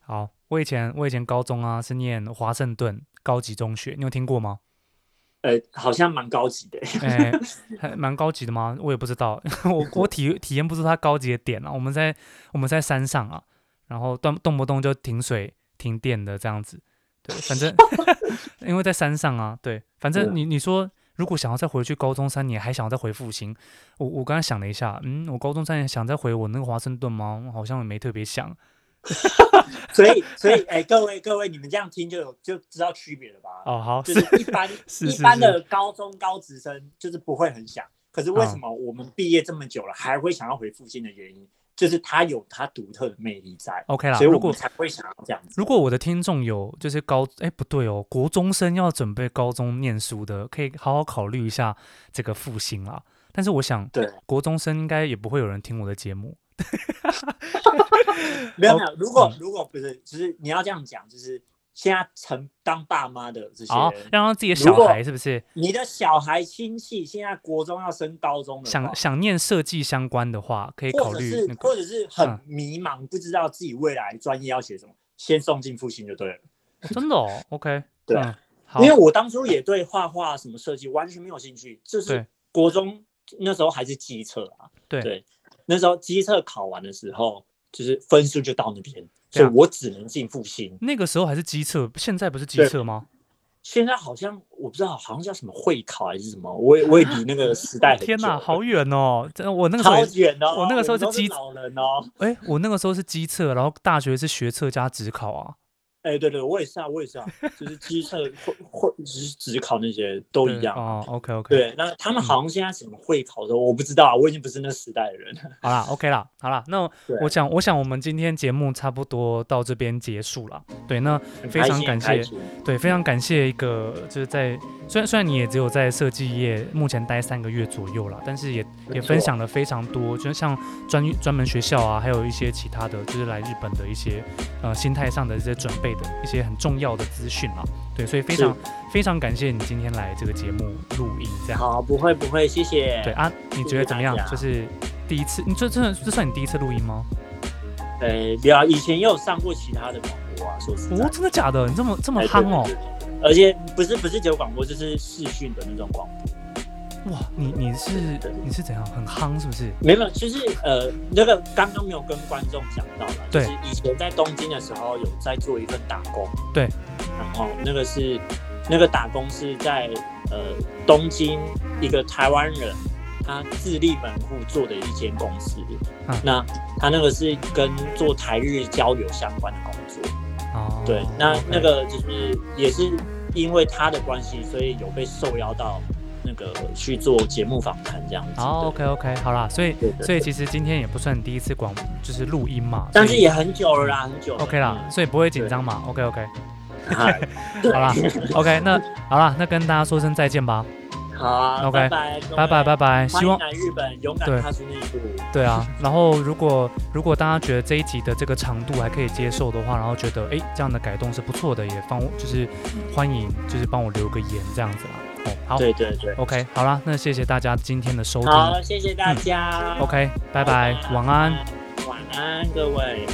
A: 好，我以前我以前高中啊是念华盛顿高级中学，你有听过吗？
B: 呃，好像蛮高级的、
A: 哎，还蛮高级的吗？我也不知道， 我我体体验不出它高级的点啊。我们在我们在山上啊，然后动动不动就停水停电的这样子，对，反正 因为在山上啊，对，反正
B: 嗯
A: 你你说。如果想要再回去高中三年，还想要再回复兴，我我刚才想了一下，嗯，我高中三年想再回我那个华盛顿吗？好像也没特别想。
B: 所以所以哎、各位各位，你们这样听就有就知道区别了吧？
A: 哦，好，
B: 就是是一般
A: 是是嗯
B: 一般的高中高职生就是不会很想，可是为什么我们毕业这么久了还会想要回复兴的原因，就是它有它独特的魅力在，
A: OK 哦啦。
B: 所以
A: 如
B: 我
A: 果
B: 们才会想要这样子。
A: 如果我的听众有就是高哎不对哦，国中生要准备高中念书的，可以好好考虑一下这个复兴啦。啊但是我想，
B: 对，
A: 国中生应该也不会有人听我的节目。
B: 没有没有，如
A: 哦嗯
B: 果如果不是，就是你要这样讲，就是现在成当爸妈的这些
A: 哦，
B: 人，
A: 让他自己的
B: 如
A: 小
B: 果
A: 孩是不是
B: 你的小孩亲戚现在国中要升高中的话
A: 想想念设计相关的话，可以考
B: 或者
A: 虑
B: 是
A: 那个
B: 或者是很
A: 嗯
B: 迷茫，不知道自己未来专业要学什么，先送进复兴就对了。
A: 真的哦，OK，
B: 对
A: 嗯，好
B: 因，为我当初也对画画什么设计完全没有兴趣，就是
A: 对
B: 国中那时候还是机测啊，
A: 对
B: 那时候机测考完的时候，就是分数就到那边，
A: 对
B: 所
A: 啊
B: 以我只能进复兴。
A: 那个时候还是机测，现在不是机
B: 对
A: 测吗？
B: 现在好像我不知道，好像叫什么会考还是什么，我也我也离那个时代很
A: 天
B: 哪，
A: 哪，好远哦！真的，我那个时候
B: 超
A: 也是，
B: 远哦！
A: 我那个时候
B: 们
A: 是
B: 都是
A: 机
B: 老人哦。
A: 哎，我那个时候是机测，然后大学是学测加职考啊。
B: 哎，对对，我也是啊，我也是啊，就是机测会会就是只考那些都
A: 对
B: 一样。
A: 哦，OK OK，
B: 对，那他们好像现在什么会考的，我不知道啊，我已经不是那时代的人。
A: 好啦，OK 啦，好啦，那
B: 对
A: 我想，我想我们今天节目差不多到这边结束了。对，那
B: 很
A: 非
B: 开
A: 常
B: 心
A: 感
B: 很开
A: 谢
B: 心
A: 对，非常感谢一个就是在虽然虽然你也只有在设计业目前待三个月左右啦，但是也
B: 没
A: 也分
B: 错
A: 享了非常多，就像专专门学校啊，还有一些其他的就是来日本的一些呃心态上的一些准备的一些很重要的资讯啊。对，所以非
B: 是
A: 常非常感谢你今天来这个节目录音这样。
B: 好，不会不会，谢谢。
A: 啊对啊，你觉得怎么样
B: 谢谢？大
A: 就
B: 家
A: 是第一次，你这这这算你第一次录音吗？
B: 呃，对啊，以前也有上过其他的广播啊，说实在
A: 哦，，真的假的？你这么这么
B: 哎
A: 憨哦！。
B: 对对对而且不是不是只有广播，就是视讯的那种广播。
A: 哇，你你是
B: 对对
A: 你是怎样？很憨是不是？
B: 没有，就是呃，那个刚刚没有跟观众讲到了，就
A: 对
B: 是以前在东京的时候有在做一份打工，
A: 对，
B: 然后那个是那个打工是在呃东京一个台湾人他自立门户做的一间公司，
A: 嗯
B: 那他那个是跟做台日交流相关的工作，
A: 哦，
B: 对，那
A: OK
B: 那个就是也是因为他的关系，所以有被受邀到那个去做节目访谈这样子，
A: 好
B: 对
A: ，OK OK，好啦，所以
B: 对对
A: 所以其实今天也不算你第一次广，就是录音嘛，
B: 但是
A: 所以
B: 也嗯很久了啦，很久了
A: OK 啦，所以不会紧张嘛，OK OK，
B: 嗯嗨
A: 好啦，OK，那好啦，那跟大家说声再见吧，
B: 好 啊
A: OK，
B: 拜拜，各位
A: 拜拜拜拜，
B: 欢
A: 希
B: 迎
A: 望
B: 来日本，勇
A: 对
B: 敢踏出那一步。
A: 对啊，然后如果如果大家觉得这一集的这个长度还可以接受的话，然后觉得诶这样的改动是不错的，也帮我就是欢迎就是帮我留个言这样子啦，哦，好
B: 对对对，
A: ，OK，好啦，那谢谢大家今天的收听
B: 好，谢谢大家。
A: ，OK，拜拜，晚安。
B: 晚安，各位。